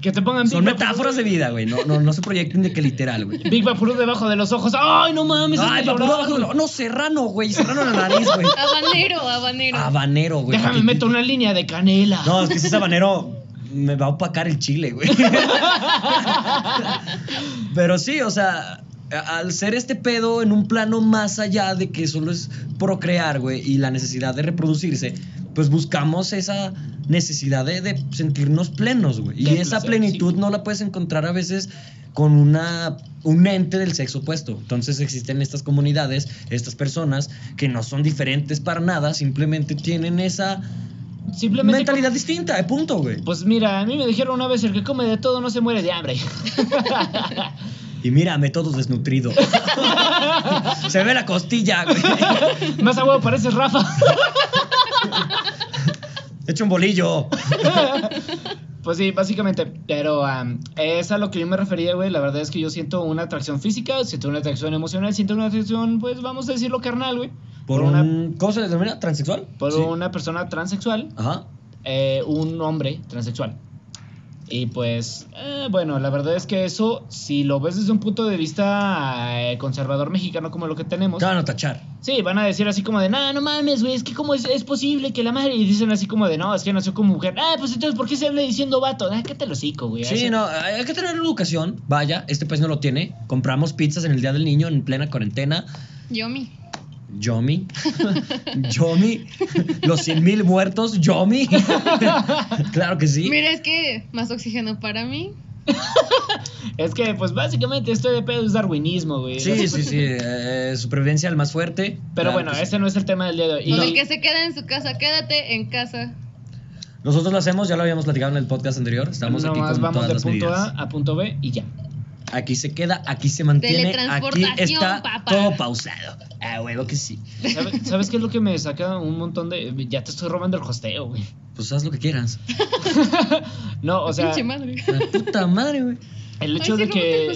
[SPEAKER 1] que te pongan
[SPEAKER 2] Son
[SPEAKER 1] Big Vaporub-
[SPEAKER 2] metáforas de vida, güey. No, no, no se proyecten de que literal, güey.
[SPEAKER 1] Big Vaporub debajo de los ojos. ¡Ay, no mames!
[SPEAKER 2] Ay,
[SPEAKER 1] hazme
[SPEAKER 2] papá,
[SPEAKER 1] llorar!
[SPEAKER 2] abajo de lo- No, serrano, güey. Serrano en la nariz, güey.
[SPEAKER 3] Habanero, habanero.
[SPEAKER 2] Habanero, güey.
[SPEAKER 1] Déjame meto una línea de canela.
[SPEAKER 2] No, es que ese habanero me va a opacar el chile, güey. Pero sí, o sea, a- al ser este pedo en un plano más allá de que solo es procrear, güey, y la necesidad de reproducirse, pues buscamos esa necesidad de, de sentirnos plenos, güey. Y
[SPEAKER 1] De
[SPEAKER 2] esa
[SPEAKER 1] placer,
[SPEAKER 2] plenitud
[SPEAKER 1] sí.
[SPEAKER 2] no la puedes encontrar a veces con una un ente del sexo opuesto. Entonces existen estas comunidades, estas personas que no son diferentes para nada, simplemente tienen esa
[SPEAKER 1] Simplemente.
[SPEAKER 2] mentalidad distinta, de punto, güey.
[SPEAKER 1] Pues mira, a mí me dijeron una vez: el que come de todo no se muere de hambre.
[SPEAKER 2] Y mírame todos desnutrido. Se ve la costilla, güey.
[SPEAKER 1] Más a huevo pareces Rafa.
[SPEAKER 2] Hecho un bolillo.
[SPEAKER 1] Pues sí, básicamente. Pero am, es a lo que yo me refería, güey. La verdad es que yo siento una atracción física, siento una atracción emocional, siento una atracción, pues vamos a decirlo, carnal, güey.
[SPEAKER 2] Por
[SPEAKER 1] una,
[SPEAKER 2] un... ¿Cómo se le denomina? ¿Transexual?
[SPEAKER 1] por
[SPEAKER 2] Sí.
[SPEAKER 1] una persona transexual.
[SPEAKER 2] Ajá.
[SPEAKER 1] eh, un hombre transexual. Y pues, eh, bueno, la verdad es que eso, si lo ves desde un punto de vista eh, conservador mexicano como lo que tenemos,
[SPEAKER 2] Te van a tachar.
[SPEAKER 1] sí, van a decir así como de, no, no mames, güey, es que cómo es, es posible que la madre, y dicen así como de, no, es que nació como mujer, ah, pues entonces, ¿por qué se habla diciendo vato? Ah, ¿qué te lo cico, güey?
[SPEAKER 2] Sí,
[SPEAKER 1] Eso-
[SPEAKER 2] no, hay que tener educación. Vaya, este país no lo tiene. Compramos pizzas en el Día del Niño en plena cuarentena.
[SPEAKER 3] Yomi.
[SPEAKER 2] Yomi. Yomi. Los 100 mil muertos. Yomi. claro que sí.
[SPEAKER 3] Mira, es que más oxígeno para mí.
[SPEAKER 1] Es que, pues, básicamente esto de pedo es darwinismo, güey.
[SPEAKER 2] Sí, sí, sí. eh, supervivencia al más fuerte.
[SPEAKER 1] Pero
[SPEAKER 2] Claro
[SPEAKER 1] bueno,
[SPEAKER 2] que sí.
[SPEAKER 1] ese no es el tema del día de hoy.
[SPEAKER 3] Con
[SPEAKER 1] Y-
[SPEAKER 3] el que se queda en su casa, quédate en casa.
[SPEAKER 2] Nosotros lo hacemos, ya lo habíamos platicado en el podcast anterior. Estamos aquí
[SPEAKER 1] nomás
[SPEAKER 2] con
[SPEAKER 1] vamos
[SPEAKER 2] todas
[SPEAKER 1] de
[SPEAKER 2] las
[SPEAKER 1] punto
[SPEAKER 2] medidas.
[SPEAKER 1] A a punto B y ya.
[SPEAKER 2] Aquí se queda, aquí se mantiene, aquí
[SPEAKER 3] Teletransportación,
[SPEAKER 2] está
[SPEAKER 3] papá.
[SPEAKER 2] todo pausado. Ah, huevo que sí.
[SPEAKER 1] ¿Sabe- ¿Sabes qué es lo que me saca un montón de... Ya te estoy robando el hosteo, güey.
[SPEAKER 2] Pues haz lo que quieras.
[SPEAKER 1] No, o sea,
[SPEAKER 3] Pinche madre.
[SPEAKER 2] La puta madre, güey.
[SPEAKER 1] el
[SPEAKER 3] Ay,
[SPEAKER 1] hecho
[SPEAKER 3] sí,
[SPEAKER 1] de
[SPEAKER 3] Roberto,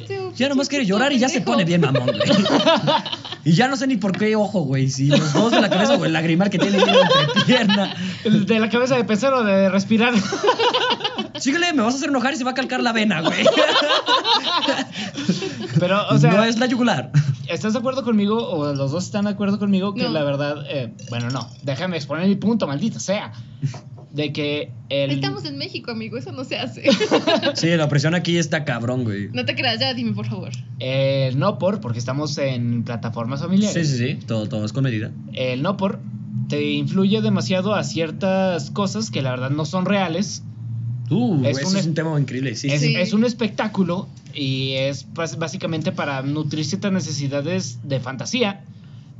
[SPEAKER 1] que...
[SPEAKER 3] justo,
[SPEAKER 2] Ya nomás
[SPEAKER 3] pinche
[SPEAKER 2] quiere llorar y ya se
[SPEAKER 3] pendejo.
[SPEAKER 2] pone bien mamón, güey. Y ya no sé ni por qué ojo, güey. Si los dos de la cabeza o el lagrimal que tiene en la entrepierna.
[SPEAKER 1] De la cabeza de pensar o de respirar.
[SPEAKER 2] Síguele, me vas a hacer enojar y se va a calcar la vena, güey.
[SPEAKER 1] Pero, o sea,
[SPEAKER 2] no es la yugular.
[SPEAKER 1] ¿estás de acuerdo conmigo o los dos están de acuerdo conmigo que
[SPEAKER 3] No.
[SPEAKER 1] la verdad... eh, bueno, no, déjame exponer mi punto, maldita sea. De que el...
[SPEAKER 3] Estamos en México, amigo, eso no se hace.
[SPEAKER 2] Sí, la presión aquí está cabrón, güey.
[SPEAKER 3] No te creas, ya dime, por favor.
[SPEAKER 1] el no por, porque estamos en plataformas familiares.
[SPEAKER 2] Sí, sí, sí. Todo, todo es con medida.
[SPEAKER 1] el no por te influye demasiado a ciertas cosas que la verdad no son reales.
[SPEAKER 2] Uh,
[SPEAKER 1] Es
[SPEAKER 2] güey,
[SPEAKER 1] un-
[SPEAKER 2] eso es un tema increíble. Sí,
[SPEAKER 1] es,
[SPEAKER 2] sí.
[SPEAKER 1] es un espectáculo y es bas- básicamente para nutrir ciertas necesidades de fantasía.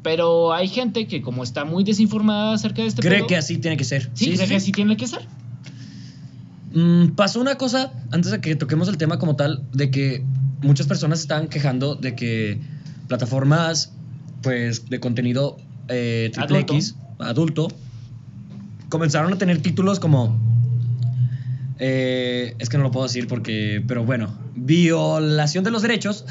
[SPEAKER 1] Pero hay gente que como está muy desinformada acerca de este
[SPEAKER 2] Cree
[SPEAKER 1] pedo,
[SPEAKER 2] que así tiene que ser.
[SPEAKER 1] sí, cree que así tiene que ser.
[SPEAKER 2] Mm, pasó una cosa, antes de que toquemos el tema como tal, de que muchas personas estaban quejando de que plataformas pues de contenido eh, triple
[SPEAKER 1] Adulto.
[SPEAKER 2] X, adulto, comenzaron a tener títulos como... eh, es que no lo puedo decir porque... Pero bueno, violación de los derechos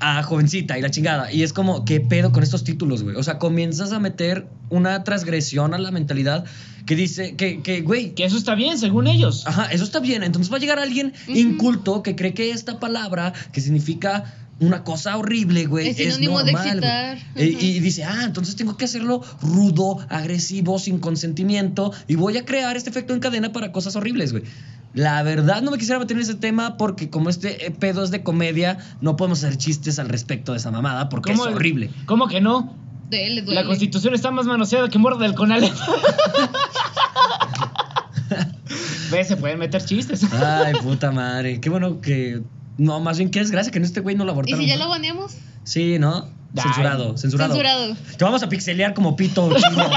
[SPEAKER 2] a jovencita y la chingada. Y es como, ¿qué pedo con estos títulos, güey? O sea, comienzas a meter una transgresión a la mentalidad que dice que, que güey,
[SPEAKER 1] Que eso está bien, según ellos.
[SPEAKER 2] Ajá, eso está bien. Entonces va a llegar alguien
[SPEAKER 3] Ujú.
[SPEAKER 2] inculto que cree que esta palabra, que significa una cosa horrible, güey,
[SPEAKER 3] Es
[SPEAKER 2] es,
[SPEAKER 3] sinónimo de
[SPEAKER 2] normal,
[SPEAKER 3] excitar.
[SPEAKER 2] güey.
[SPEAKER 3] Ajá.
[SPEAKER 2] Y, y dice, ah, entonces tengo que hacerlo rudo, agresivo, sin consentimiento, y voy a crear este efecto en cadena para cosas horribles, güey. La verdad no me quisiera meter en ese tema porque como este eh, pedo es de comedia, no podemos hacer chistes al respecto de esa mamada porque es
[SPEAKER 1] ¿Cómo-
[SPEAKER 2] horrible.
[SPEAKER 1] ¿Cómo que no?
[SPEAKER 3] De él les duele.
[SPEAKER 1] La constitución está más manoseada que muerde del conal. Ve, se pueden meter chistes.
[SPEAKER 2] Ay, puta madre. Qué bueno que... No, más bien qué desgracia que en este güey no lo
[SPEAKER 3] ¿Y
[SPEAKER 2] abortaron.
[SPEAKER 3] si ya lo baneamos?
[SPEAKER 2] Sí, ¿no?
[SPEAKER 1] Ay.
[SPEAKER 2] Censurado, censurado.
[SPEAKER 3] Censurado.
[SPEAKER 2] Te vamos a pixelear como pito chino.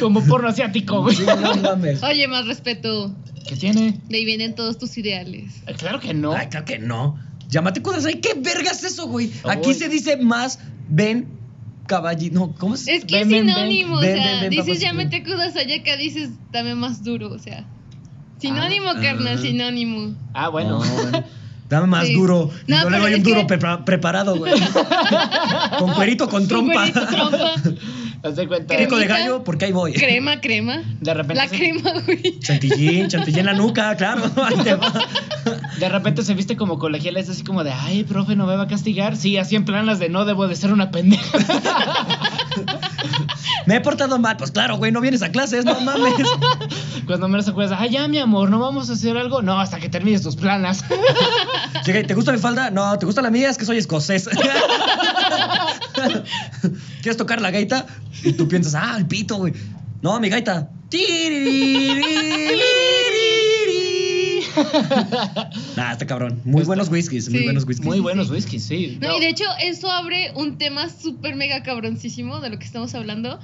[SPEAKER 1] Como porno asiático, güey.
[SPEAKER 2] Sí, no mames.
[SPEAKER 3] Oye, más respeto.
[SPEAKER 1] ¿Qué tiene?
[SPEAKER 3] De ahí vienen todos tus ideales.
[SPEAKER 1] Eh, Claro que no.
[SPEAKER 2] Ay, claro que no. Llámate Kudasai. ¿Qué verga es eso, güey? Aquí
[SPEAKER 1] Uy.
[SPEAKER 2] se dice más ven caballito. No, ¿cómo se
[SPEAKER 3] Es que
[SPEAKER 1] Ven,
[SPEAKER 3] es
[SPEAKER 1] ven, ven.
[SPEAKER 3] sinónimo,
[SPEAKER 2] Ven,
[SPEAKER 3] o sea,
[SPEAKER 2] ven, ven,
[SPEAKER 3] dices
[SPEAKER 2] papacito.
[SPEAKER 3] ya me te cudas allá acá dices dame más duro, o sea. Sinónimo,
[SPEAKER 2] Ah,
[SPEAKER 3] carnal,
[SPEAKER 2] ah.
[SPEAKER 3] sinónimo.
[SPEAKER 1] Ah, bueno.
[SPEAKER 2] No, Dame más
[SPEAKER 3] Sí.
[SPEAKER 2] duro.
[SPEAKER 3] No,
[SPEAKER 2] No, le
[SPEAKER 3] pero
[SPEAKER 2] doy un
[SPEAKER 3] es
[SPEAKER 2] duro
[SPEAKER 3] que-
[SPEAKER 2] prepa- preparado, güey. con cuerito, con trompa.
[SPEAKER 3] Superito, trompa.
[SPEAKER 1] Haz de cuenta.
[SPEAKER 2] Pico de
[SPEAKER 3] cremita.
[SPEAKER 2] gallo, porque ahí voy.
[SPEAKER 3] Crema, crema.
[SPEAKER 1] De repente,
[SPEAKER 3] La
[SPEAKER 1] se,
[SPEAKER 3] crema, güey.
[SPEAKER 2] Chantillín, chantillín en la nuca, claro. Ahí te va.
[SPEAKER 1] de repente se viste como colegial, es así como de, ay, profe, no me va a castigar. Sí, así en plan las de no debo de ser una pendeja.
[SPEAKER 2] Me he portado mal. Pues claro, güey, no vienes a clases, no mames.
[SPEAKER 1] Cuando menos acuerdas, ay, ya, mi amor, no vamos a hacer algo. No, hasta que termines tus planas.
[SPEAKER 2] Llega y, ¿te gusta mi falda? No, ¿te gusta la mía? Es que soy escocés. ¿Quieres tocar la gaita? Y tú piensas, ah, el pito, güey. No, mi gaita. nah, está cabrón. Muy buenos whiskies, muy
[SPEAKER 3] Sí.
[SPEAKER 2] buenos whiskies.
[SPEAKER 1] Muy
[SPEAKER 3] sí,
[SPEAKER 1] buenos
[SPEAKER 3] sí.
[SPEAKER 1] whiskies, sí.
[SPEAKER 3] No, y de hecho, eso abre un tema súper mega cabroncísimo de lo que estamos hablando.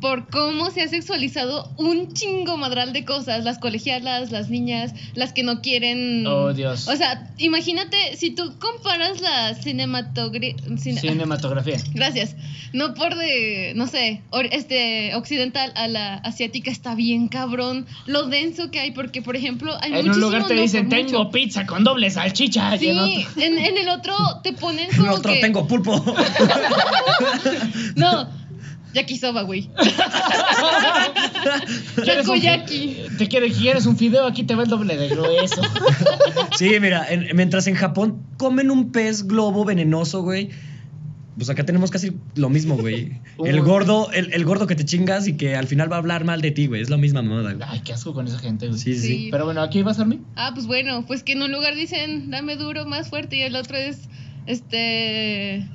[SPEAKER 3] Por cómo se ha sexualizado un chingo madral de cosas. Las colegialas, las niñas, las que no quieren.
[SPEAKER 1] Oh, Dios.
[SPEAKER 3] O sea, imagínate, si tú comparas la cinematografía.
[SPEAKER 1] Cinematografía.
[SPEAKER 3] Gracias. No por de, no sé, or- este occidental a la asiática está bien cabrón. Lo denso que hay, porque por ejemplo hay
[SPEAKER 1] En un
[SPEAKER 3] muchísimo,
[SPEAKER 1] lugar te
[SPEAKER 3] no,
[SPEAKER 1] dicen,
[SPEAKER 3] por
[SPEAKER 1] tengo
[SPEAKER 3] mucho".
[SPEAKER 1] pizza con doble salchicha. y
[SPEAKER 3] Sí,
[SPEAKER 1] en otro-
[SPEAKER 3] en, en el otro te ponen
[SPEAKER 2] En
[SPEAKER 3] como
[SPEAKER 2] otro
[SPEAKER 3] que-
[SPEAKER 2] tengo pulpo.
[SPEAKER 3] No, yakisoba, güey.
[SPEAKER 1] ¿Quieres un-
[SPEAKER 3] Takoyaki.
[SPEAKER 1] Te quiere, quieres un fideo, aquí te va el doble de grueso.
[SPEAKER 2] Sí, mira, en- mientras en Japón comen un pez globo venenoso, güey. Pues acá tenemos casi lo mismo, güey. El
[SPEAKER 1] Uy.
[SPEAKER 2] gordo, el, el gordo que te chingas y que al final va a hablar mal de ti, güey. Es la misma mamada, güey.
[SPEAKER 1] Ay, qué asco con esa gente, güey.
[SPEAKER 2] Sí, sí, sí.
[SPEAKER 3] Sí.
[SPEAKER 1] Pero bueno, aquí vas a dormir.
[SPEAKER 3] Ah, pues bueno, pues que en un lugar dicen dame duro, más fuerte, y el otro es este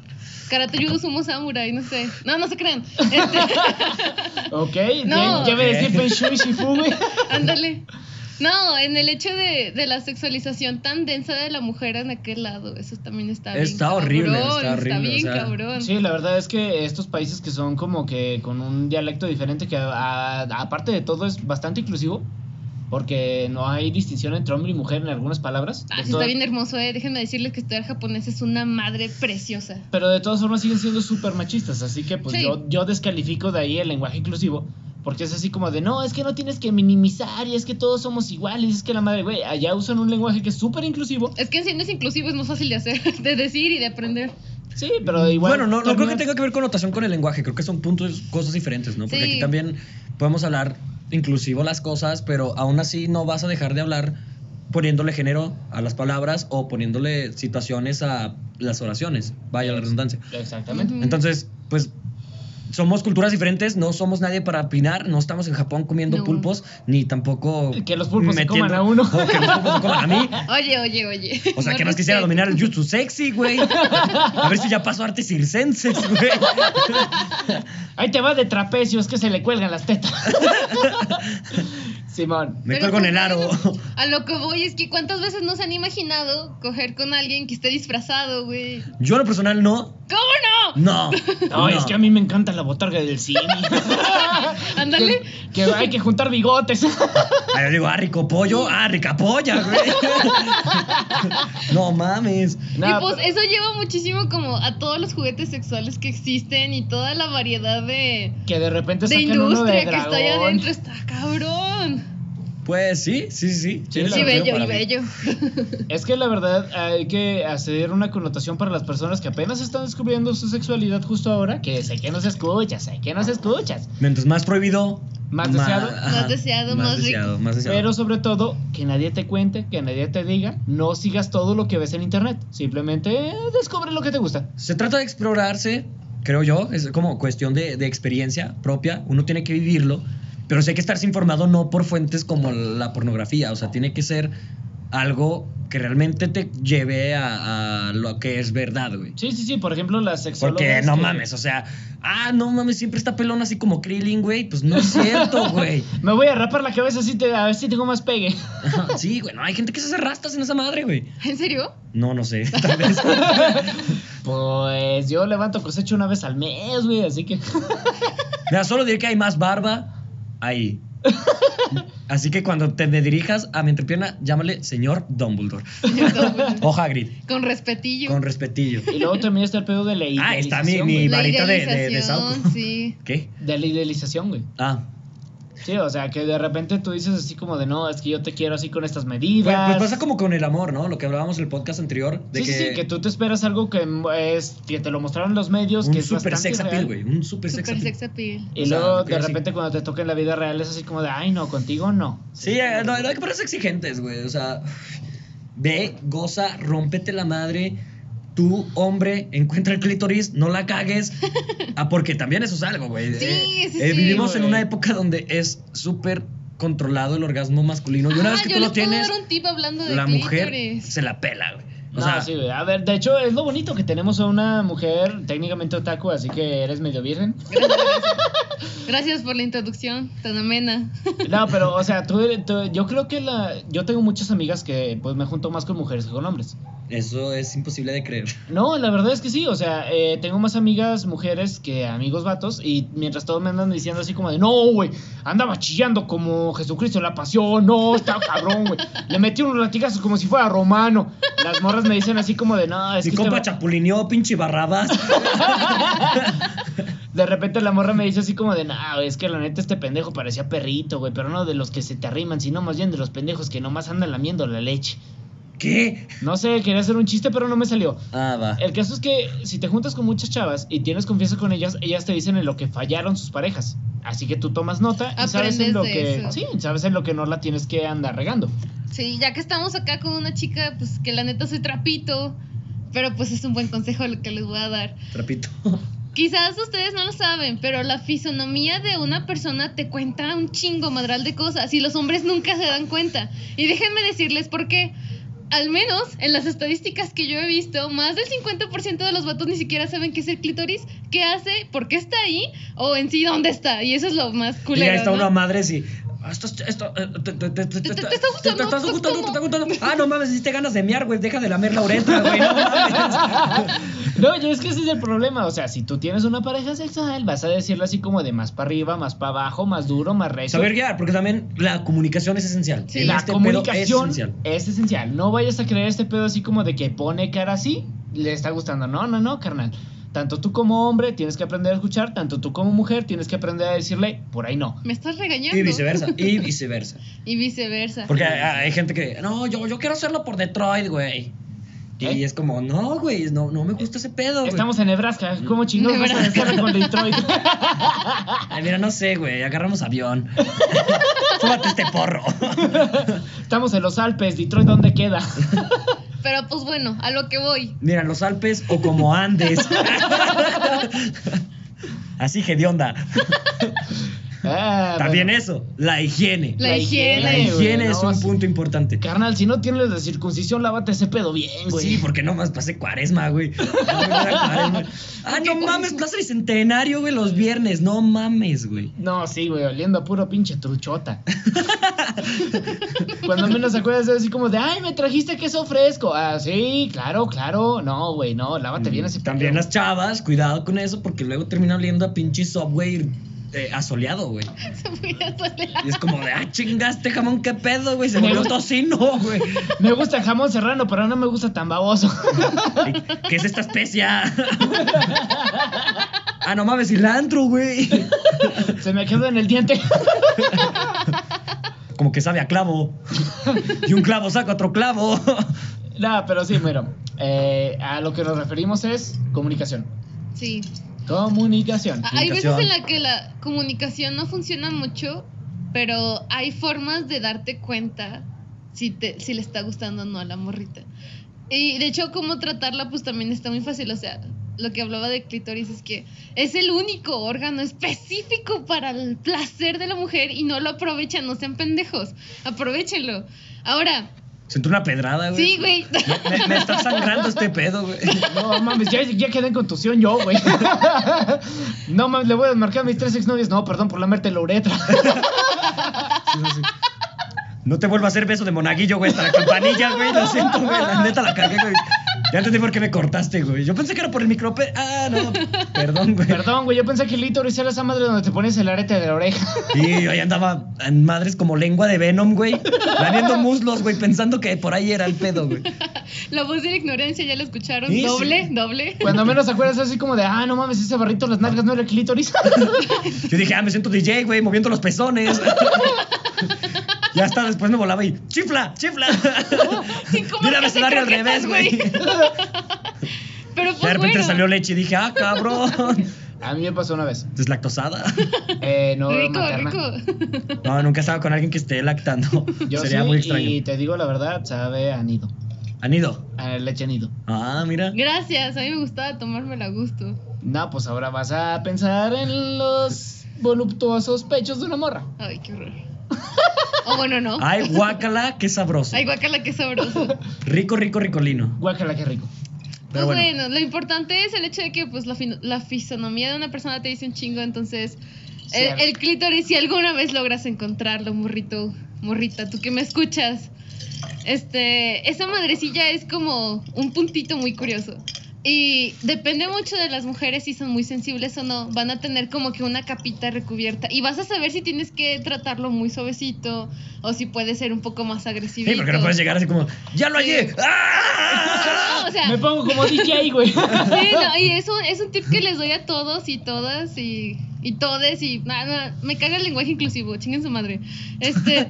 [SPEAKER 3] Karate Yugo Sumo Samurai, no sé. No, no se crean. Este,
[SPEAKER 1] Ok,
[SPEAKER 3] No.
[SPEAKER 1] ya, ya me decís Feng Shui Shifu, güey.
[SPEAKER 3] Ándale. No, en el hecho de, de la sexualización tan densa de la mujer en aquel lado, eso también está bien.
[SPEAKER 2] Está horrible,
[SPEAKER 3] cabrón,
[SPEAKER 2] está horrible,
[SPEAKER 3] bien
[SPEAKER 2] o sea,
[SPEAKER 3] cabrón. Ah,
[SPEAKER 1] Sí, la verdad es que estos países que son como que con un dialecto diferente que a- a- aparte de todo es bastante inclusivo porque no hay distinción entre hombre y mujer en algunas palabras.
[SPEAKER 3] Ah,
[SPEAKER 1] De
[SPEAKER 3] sí,
[SPEAKER 1] todas-
[SPEAKER 3] está bien hermoso, eh. Déjenme decirles que estudiar japonés es una madre preciosa.
[SPEAKER 1] Pero de todas formas siguen siendo súper machistas, así que pues
[SPEAKER 3] Sí.
[SPEAKER 1] yo, yo descalifico de ahí el lenguaje inclusivo. Porque es así como de, no, es que no tienes que minimizar y es que todos somos iguales, es que la madre, güey, allá usan un lenguaje que es súper inclusivo.
[SPEAKER 3] Es que siendo es inclusivo es más fácil de hacer, de decir y de aprender.
[SPEAKER 1] Sí, pero igual...
[SPEAKER 2] bueno, no, no creo que
[SPEAKER 1] terminas-
[SPEAKER 2] tenga que ver connotación con el lenguaje, creo que son puntos, cosas diferentes, ¿no? Porque
[SPEAKER 3] Sí.
[SPEAKER 2] aquí también podemos hablar inclusivo las cosas, pero aún así no vas a dejar de hablar poniéndole género a las palabras o poniéndole situaciones a las oraciones, vaya la redundancia.
[SPEAKER 1] Exactamente.
[SPEAKER 3] Ujú.
[SPEAKER 2] Entonces, pues somos culturas diferentes, no somos nadie para opinar, no estamos en Japón comiendo
[SPEAKER 3] No.
[SPEAKER 2] pulpos, ni tampoco...
[SPEAKER 1] Que los pulpos se
[SPEAKER 2] metiendo-
[SPEAKER 1] coman a uno.
[SPEAKER 2] o que los pulpos se coman a mí.
[SPEAKER 3] Oye, oye, oye.
[SPEAKER 2] O sea,
[SPEAKER 3] Más
[SPEAKER 2] que más quisiera
[SPEAKER 3] respeto.
[SPEAKER 2] dominar el jutsu sexy, güey. A ver si ya paso a artes circenses, güey.
[SPEAKER 1] Ahí te va de trapecio, es que se le cuelgan las tetas. Simón.
[SPEAKER 2] Me
[SPEAKER 3] Pero
[SPEAKER 2] cuelgo en
[SPEAKER 3] pues,
[SPEAKER 2] el aro.
[SPEAKER 3] bueno, A lo que voy es que cuántas veces nos han imaginado coger con alguien que esté disfrazado, güey.
[SPEAKER 2] Yo en lo personal no.
[SPEAKER 3] ¿Cómo no?
[SPEAKER 2] No.
[SPEAKER 1] No, es que a mí me encanta la botarga del cine.
[SPEAKER 2] Pues
[SPEAKER 3] Ándale.
[SPEAKER 1] Que, que hay que juntar bigotes.
[SPEAKER 2] Ah, yo digo, ah, rico pollo, ah, rica polla, güey. No mames.
[SPEAKER 1] No,
[SPEAKER 3] y pues
[SPEAKER 1] pero-
[SPEAKER 3] eso lleva muchísimo como a todos los juguetes sexuales que existen y toda la variedad de,
[SPEAKER 1] que de repente
[SPEAKER 3] de
[SPEAKER 1] sacan uno
[SPEAKER 3] industria
[SPEAKER 1] de
[SPEAKER 3] que está allá
[SPEAKER 1] dragón.
[SPEAKER 3] adentro. Está cabrón.
[SPEAKER 2] Pues sí, sí, sí.
[SPEAKER 1] Sí,
[SPEAKER 2] Tiene
[SPEAKER 1] la
[SPEAKER 3] y
[SPEAKER 1] veo
[SPEAKER 2] sentido
[SPEAKER 3] bello,
[SPEAKER 2] para
[SPEAKER 3] y
[SPEAKER 2] mí.
[SPEAKER 3] bello.
[SPEAKER 1] Es que la verdad hay que hacer una connotación para las personas que apenas están descubriendo su sexualidad justo ahora. Que sé que no se escuchas, sé que no se escuchas.
[SPEAKER 2] Mientras más prohibido.
[SPEAKER 1] Más
[SPEAKER 2] ma-
[SPEAKER 1] deseado.
[SPEAKER 2] ajá,
[SPEAKER 3] Más deseado, más rico.
[SPEAKER 2] deseado, más deseado.
[SPEAKER 1] Pero sobre todo, que nadie te cuente, que nadie te diga, no sigas todo lo que ves en internet. Simplemente eh, descubre lo que te gusta.
[SPEAKER 2] Se trata de explorarse, creo yo, es como cuestión de, de experiencia propia, uno tiene que vivirlo Pero sí hay que estarse informado no por fuentes como la pornografía, o sea, tiene que ser algo que realmente te lleve a, a lo que es verdad, güey.
[SPEAKER 1] Sí, sí, sí. Por ejemplo, las sexólogas.
[SPEAKER 2] Porque no
[SPEAKER 1] que-
[SPEAKER 2] mames, o sea, ah, no mames, siempre está pelón así como Krillin, güey. Pues no es cierto, güey.
[SPEAKER 1] Me voy a rapar la cabeza así te, a ver si tengo más pegue.
[SPEAKER 2] Sí, güey, no, hay gente que se hace rastas en esa madre, güey.
[SPEAKER 3] ¿En serio?
[SPEAKER 2] No, no sé, tal vez.
[SPEAKER 1] Pues yo levanto cosecho una vez al mes, güey, así que.
[SPEAKER 2] Mira, solo diré que hay más barba ahí. Así que cuando te me dirijas a mi entrepierna, llámale señor Dumbledore. O Hagrid,
[SPEAKER 3] Con respetillo.
[SPEAKER 2] con respetillo.
[SPEAKER 1] Y luego también está el pedo de la
[SPEAKER 2] Ah, está mi-
[SPEAKER 1] idealización,
[SPEAKER 2] mi-
[SPEAKER 1] güey.
[SPEAKER 2] La varita de- de- de
[SPEAKER 3] idealización,
[SPEAKER 2] Sauco.
[SPEAKER 3] sí.
[SPEAKER 2] ¿Qué?
[SPEAKER 1] De la idealización, güey.
[SPEAKER 2] Ah,
[SPEAKER 1] Sí, o sea, que de repente tú dices así como de no, es que yo te quiero así con estas
[SPEAKER 2] Bueno,
[SPEAKER 1] medidas.
[SPEAKER 2] pues pasa como con el amor, ¿no? Lo que hablábamos en el podcast anterior. De
[SPEAKER 1] sí,
[SPEAKER 2] que
[SPEAKER 1] sí, sí, que tú te esperas algo que es que te lo mostraron los medios,
[SPEAKER 2] un
[SPEAKER 1] que es
[SPEAKER 2] super
[SPEAKER 1] bastante
[SPEAKER 2] sex appeal,
[SPEAKER 1] real.
[SPEAKER 2] güey. Un super,
[SPEAKER 3] Super
[SPEAKER 2] sex appeal.
[SPEAKER 3] sex appeal.
[SPEAKER 1] Y
[SPEAKER 2] O sea,
[SPEAKER 1] luego
[SPEAKER 2] lo que
[SPEAKER 1] de
[SPEAKER 2] yo sí-
[SPEAKER 1] repente cuando te toca en la vida real es así como de, ay, no, contigo no.
[SPEAKER 2] Sí, eh, no, no hay que ponerse exigentes, güey. O sea, ve, goza, rómpete la madre. Tú, hombre, encuentra el clítoris, no la cagues. Ah, porque también eso es algo, güey.
[SPEAKER 3] Sí,
[SPEAKER 2] Eh,
[SPEAKER 3] sí,
[SPEAKER 2] eh,
[SPEAKER 3] sí,
[SPEAKER 2] Vivimos en
[SPEAKER 1] güey.
[SPEAKER 2] una época donde es súper controlado el orgasmo masculino. Y una
[SPEAKER 3] Ah,
[SPEAKER 2] vez que
[SPEAKER 3] yo
[SPEAKER 2] tú lo
[SPEAKER 3] les puedo
[SPEAKER 2] tienes,
[SPEAKER 3] dar un tip hablando de
[SPEAKER 2] la mujer
[SPEAKER 3] clítoris.
[SPEAKER 2] se la pela, güey. O
[SPEAKER 1] No,
[SPEAKER 2] sea,
[SPEAKER 1] sí, güey. A ver, de hecho es lo bonito que tenemos a una mujer técnicamente otaku, así que eres medio virgen.
[SPEAKER 3] Gracias por la introducción tan amena.
[SPEAKER 1] No, pero, o sea, tú, tú- yo creo que la, yo tengo muchas amigas que pues me junto más con mujeres que con hombres.
[SPEAKER 2] eso es imposible de creer.
[SPEAKER 1] No, la verdad es que sí, o sea, eh, tengo más amigas mujeres que amigos vatos y mientras todos me andan diciendo así como de, no, güey, andaba chillando como Jesucristo en la pasión, no, está cabrón, güey, le metí unos latigazos como si fuera romano. Las morras me dicen así como de, no, es
[SPEAKER 2] Mi
[SPEAKER 1] que...
[SPEAKER 2] compa
[SPEAKER 1] este va-".
[SPEAKER 2] chapulineó, pinche barrabás.
[SPEAKER 1] De repente la morra me dice así como de, no, es que la neta este pendejo parecía perrito, güey, pero no de los que se te arriman, sino más bien de los pendejos que nomás andan lamiendo la leche.
[SPEAKER 2] ¿Qué?
[SPEAKER 1] No sé, quería hacer un chiste, pero no me salió.
[SPEAKER 2] Ah, va.
[SPEAKER 1] El caso es que si te juntas con muchas chavas y tienes confianza con ellas, ellas te dicen en lo que fallaron sus parejas. Así que tú tomas nota y sabes en
[SPEAKER 3] Aprendes
[SPEAKER 1] lo
[SPEAKER 3] de
[SPEAKER 1] que
[SPEAKER 3] eso.
[SPEAKER 1] sí, sabes en lo que no la tienes que andar regando.
[SPEAKER 3] Sí, ya que estamos acá con una chica, pues que la neta soy trapito, pero pues es un buen consejo lo que les voy a dar.
[SPEAKER 2] Repito.
[SPEAKER 3] Quizás ustedes no lo saben, pero la fisonomía de una persona te cuenta un chingo madral de cosas y los hombres nunca se dan cuenta. Y déjenme decirles por qué. Al menos en las estadísticas que yo he visto, más del 50% de los vatos ni siquiera saben qué es el clítoris, qué hace, por qué está ahí o en sí dónde está. Y eso es lo más
[SPEAKER 2] Y
[SPEAKER 3] culero.
[SPEAKER 2] ahí está
[SPEAKER 3] ¿no?
[SPEAKER 2] una madre así. "Ah, Esto, esto, eh, te, te, te, te, te,
[SPEAKER 3] te
[SPEAKER 2] te
[SPEAKER 3] está
[SPEAKER 2] te
[SPEAKER 3] gustando,
[SPEAKER 2] estás
[SPEAKER 3] pues,
[SPEAKER 2] gustando, te
[SPEAKER 3] ¿cómo?
[SPEAKER 2] está gustando. Ah, no mames, hiciste ganas de mear, güey. Deja de lamer la uretra, güey. No mames.
[SPEAKER 1] No, y es que ese es el problema. O sea, si tú tienes una pareja sexual, vas a decirle así como de más para arriba, más para abajo, más duro, más recio.
[SPEAKER 2] Saber guiar, porque también la comunicación es esencial.
[SPEAKER 3] Sí.
[SPEAKER 2] En
[SPEAKER 1] la
[SPEAKER 2] este pedo
[SPEAKER 1] comunicación
[SPEAKER 2] es esencial.
[SPEAKER 1] es esencial. No vayas a creer este pedo así como de que pone cara así, le está gustando. No, no, no, carnal. Tanto tú como hombre tienes que aprender a escuchar, tanto tú como mujer tienes que aprender a decirle, por ahí no.
[SPEAKER 3] Me estás regañando.
[SPEAKER 2] Y viceversa, y viceversa.
[SPEAKER 3] Y viceversa.
[SPEAKER 2] Porque hay, hay gente que, no, yo, yo quiero hacerlo por Detroit, güey. Y
[SPEAKER 1] ¿Eh?
[SPEAKER 2] es como, no, güey, no, no me gusta ese pedo. güey".
[SPEAKER 1] Estamos en
[SPEAKER 2] Mm.
[SPEAKER 1] Nebraska, ¿cómo chingados vas a
[SPEAKER 3] Nebraska.
[SPEAKER 1] hacer con Detroit?
[SPEAKER 2] Ay, mira, no sé, güey, agarramos avión. Súbate este porro.
[SPEAKER 1] Estamos en los Alpes, Detroit, ¿dónde queda?
[SPEAKER 3] Pero pues bueno, a lo que voy.
[SPEAKER 2] Mira, los Alpes o como Andes. Así hedionda.
[SPEAKER 1] Ah,
[SPEAKER 2] También
[SPEAKER 1] bueno.
[SPEAKER 2] eso, la higiene.
[SPEAKER 3] La higiene.
[SPEAKER 2] La
[SPEAKER 1] güey,
[SPEAKER 2] higiene es
[SPEAKER 1] no,
[SPEAKER 2] un
[SPEAKER 1] sí.
[SPEAKER 2] punto importante.
[SPEAKER 1] Carnal, si no tienes la circuncisión, lávate ese pedo bien, güey.
[SPEAKER 2] Sí, porque no más pasé cuaresma, güey. No, me voy a cuaresma. Ah, no mames, Plaza Bicentenario, güey, los viernes. No mames, güey.
[SPEAKER 1] No, sí, güey, oliendo a puro pinche truchota. Cuando menos se acuerdas es así como de, ay, me trajiste queso fresco. Ah, sí, claro, claro. No, güey, no, lávate bien así.
[SPEAKER 2] También las chavas, cuidado con eso, porque luego termina oliendo a pinche subway eh, asoleado, güey.
[SPEAKER 3] Se fue a solear.
[SPEAKER 2] Y es como de, ah, chingaste, jamón, qué pedo, güey. Se volvió tocino, güey.
[SPEAKER 1] Me gusta el jamón serrano, pero no me gusta tan baboso.
[SPEAKER 2] ¿Qué es esta especia? ah, no mames, cilantro, güey.
[SPEAKER 1] se me quedó en el diente.
[SPEAKER 2] Como que sabe a clavo. Y un clavo saca otro clavo.
[SPEAKER 1] no, pero sí, bueno. eh, a lo que nos referimos es comunicación.
[SPEAKER 3] Sí.
[SPEAKER 1] Comunicación.
[SPEAKER 3] A- Hay veces en
[SPEAKER 2] Comunicación.
[SPEAKER 3] la que la comunicación no funciona mucho, pero hay formas de darte cuenta si, te, si le está gustando o no a la morrita. Y de hecho, cómo tratarla, pues también está muy fácil. O sea, lo que hablaba de clítoris es que es el único órgano específico para el placer de la mujer y no lo aprovechan, no sean pendejos, aprovechenlo. Ahora,
[SPEAKER 2] Siento una pedrada, güey.
[SPEAKER 3] sí, güey,
[SPEAKER 2] Me, me está sangrando este pedo, güey.
[SPEAKER 1] No mames, ya, ya quedé en contusión yo, güey. No mames, le voy a desmarcar a mis tres exnovias. No, perdón por lamerte la uretra.
[SPEAKER 2] No te vuelvo a hacer beso de monaguillo, güey, hasta la campanilla, güey. Lo siento, güey. La neta la cargué, güey. Ya entendí por qué me cortaste, güey. Yo pensé que era por el micro... Ah, no. Perdón, güey.
[SPEAKER 1] Perdón, güey, yo pensé que el clítoris era esa madre donde te pones el arete de la oreja.
[SPEAKER 2] Sí, yo ahí andaba en madres como lengua de Venom, güey. Lamiendo muslos, güey, pensando que por ahí era el pedo, güey.
[SPEAKER 3] la voz de la ignorancia ya la escucharon,
[SPEAKER 2] Sí, sí.
[SPEAKER 3] doble, doble.
[SPEAKER 1] Cuando menos te acuerdas así como de, ah, no mames, ese barrito en las nalgas no era el clítoris.
[SPEAKER 2] Yo dije, ah, me siento DJ, güey, moviendo los pezones. Ya hasta después me volaba y chifla, chifla.
[SPEAKER 3] Cinco
[SPEAKER 2] Mira, me
[SPEAKER 3] marcas de
[SPEAKER 2] salario al
[SPEAKER 3] croquetas,
[SPEAKER 2] revés, güey.
[SPEAKER 3] Pero
[SPEAKER 2] De
[SPEAKER 3] pues
[SPEAKER 2] repente
[SPEAKER 3] bueno,
[SPEAKER 2] salió leche y dije, ah, cabrón.
[SPEAKER 1] A mí me pasó una vez.
[SPEAKER 2] Deslactosada.
[SPEAKER 1] Eh, no,
[SPEAKER 3] rico,
[SPEAKER 1] materna.
[SPEAKER 3] rico.
[SPEAKER 2] No, nunca estaba con alguien que esté lactando.
[SPEAKER 1] Yo
[SPEAKER 2] Sería
[SPEAKER 1] sí,
[SPEAKER 2] muy extraño.
[SPEAKER 1] y te digo la verdad, sabe a nido.
[SPEAKER 2] Anido.
[SPEAKER 1] A leche nido.
[SPEAKER 2] Ah, mira.
[SPEAKER 3] Gracias, a mí me gustaba tomármela a gusto.
[SPEAKER 1] No, pues ahora vas a pensar en los voluptuosos pechos de una morra.
[SPEAKER 3] Ay, qué horror. O bueno, no.
[SPEAKER 1] Ah.
[SPEAKER 2] Ay, guácala, qué sabroso.
[SPEAKER 3] Ay, guacala, qué sabroso.
[SPEAKER 2] Rico, rico, ricolino.
[SPEAKER 1] Guácala, qué rico.
[SPEAKER 3] Pues
[SPEAKER 2] Pero
[SPEAKER 3] bueno.
[SPEAKER 2] bueno.
[SPEAKER 3] lo importante es el hecho de que pues la, fino- la fisonomía de una persona te dice un chingo, entonces el,
[SPEAKER 1] Cierto.
[SPEAKER 3] Eh, el clítoris, si alguna vez logras encontrarlo, morrito, morrita, tú que me escuchas, este, esa madrecilla es como un puntito muy curioso. Y depende mucho de las mujeres si son muy sensibles o no. Van a tener como que una capita recubierta. Y vas a saber si tienes que tratarlo muy suavecito o si puede ser un poco más agresivo.
[SPEAKER 2] Sí, porque no puedes llegar así como, ya lo hallé. ¡Ah!
[SPEAKER 3] o sea,
[SPEAKER 1] Me pongo como DJ, güey.
[SPEAKER 3] Sí, no, y es un, es un tip que les doy a todos y todas y, y todes y nada, me caga el lenguaje inclusivo, chinguen su madre. Este,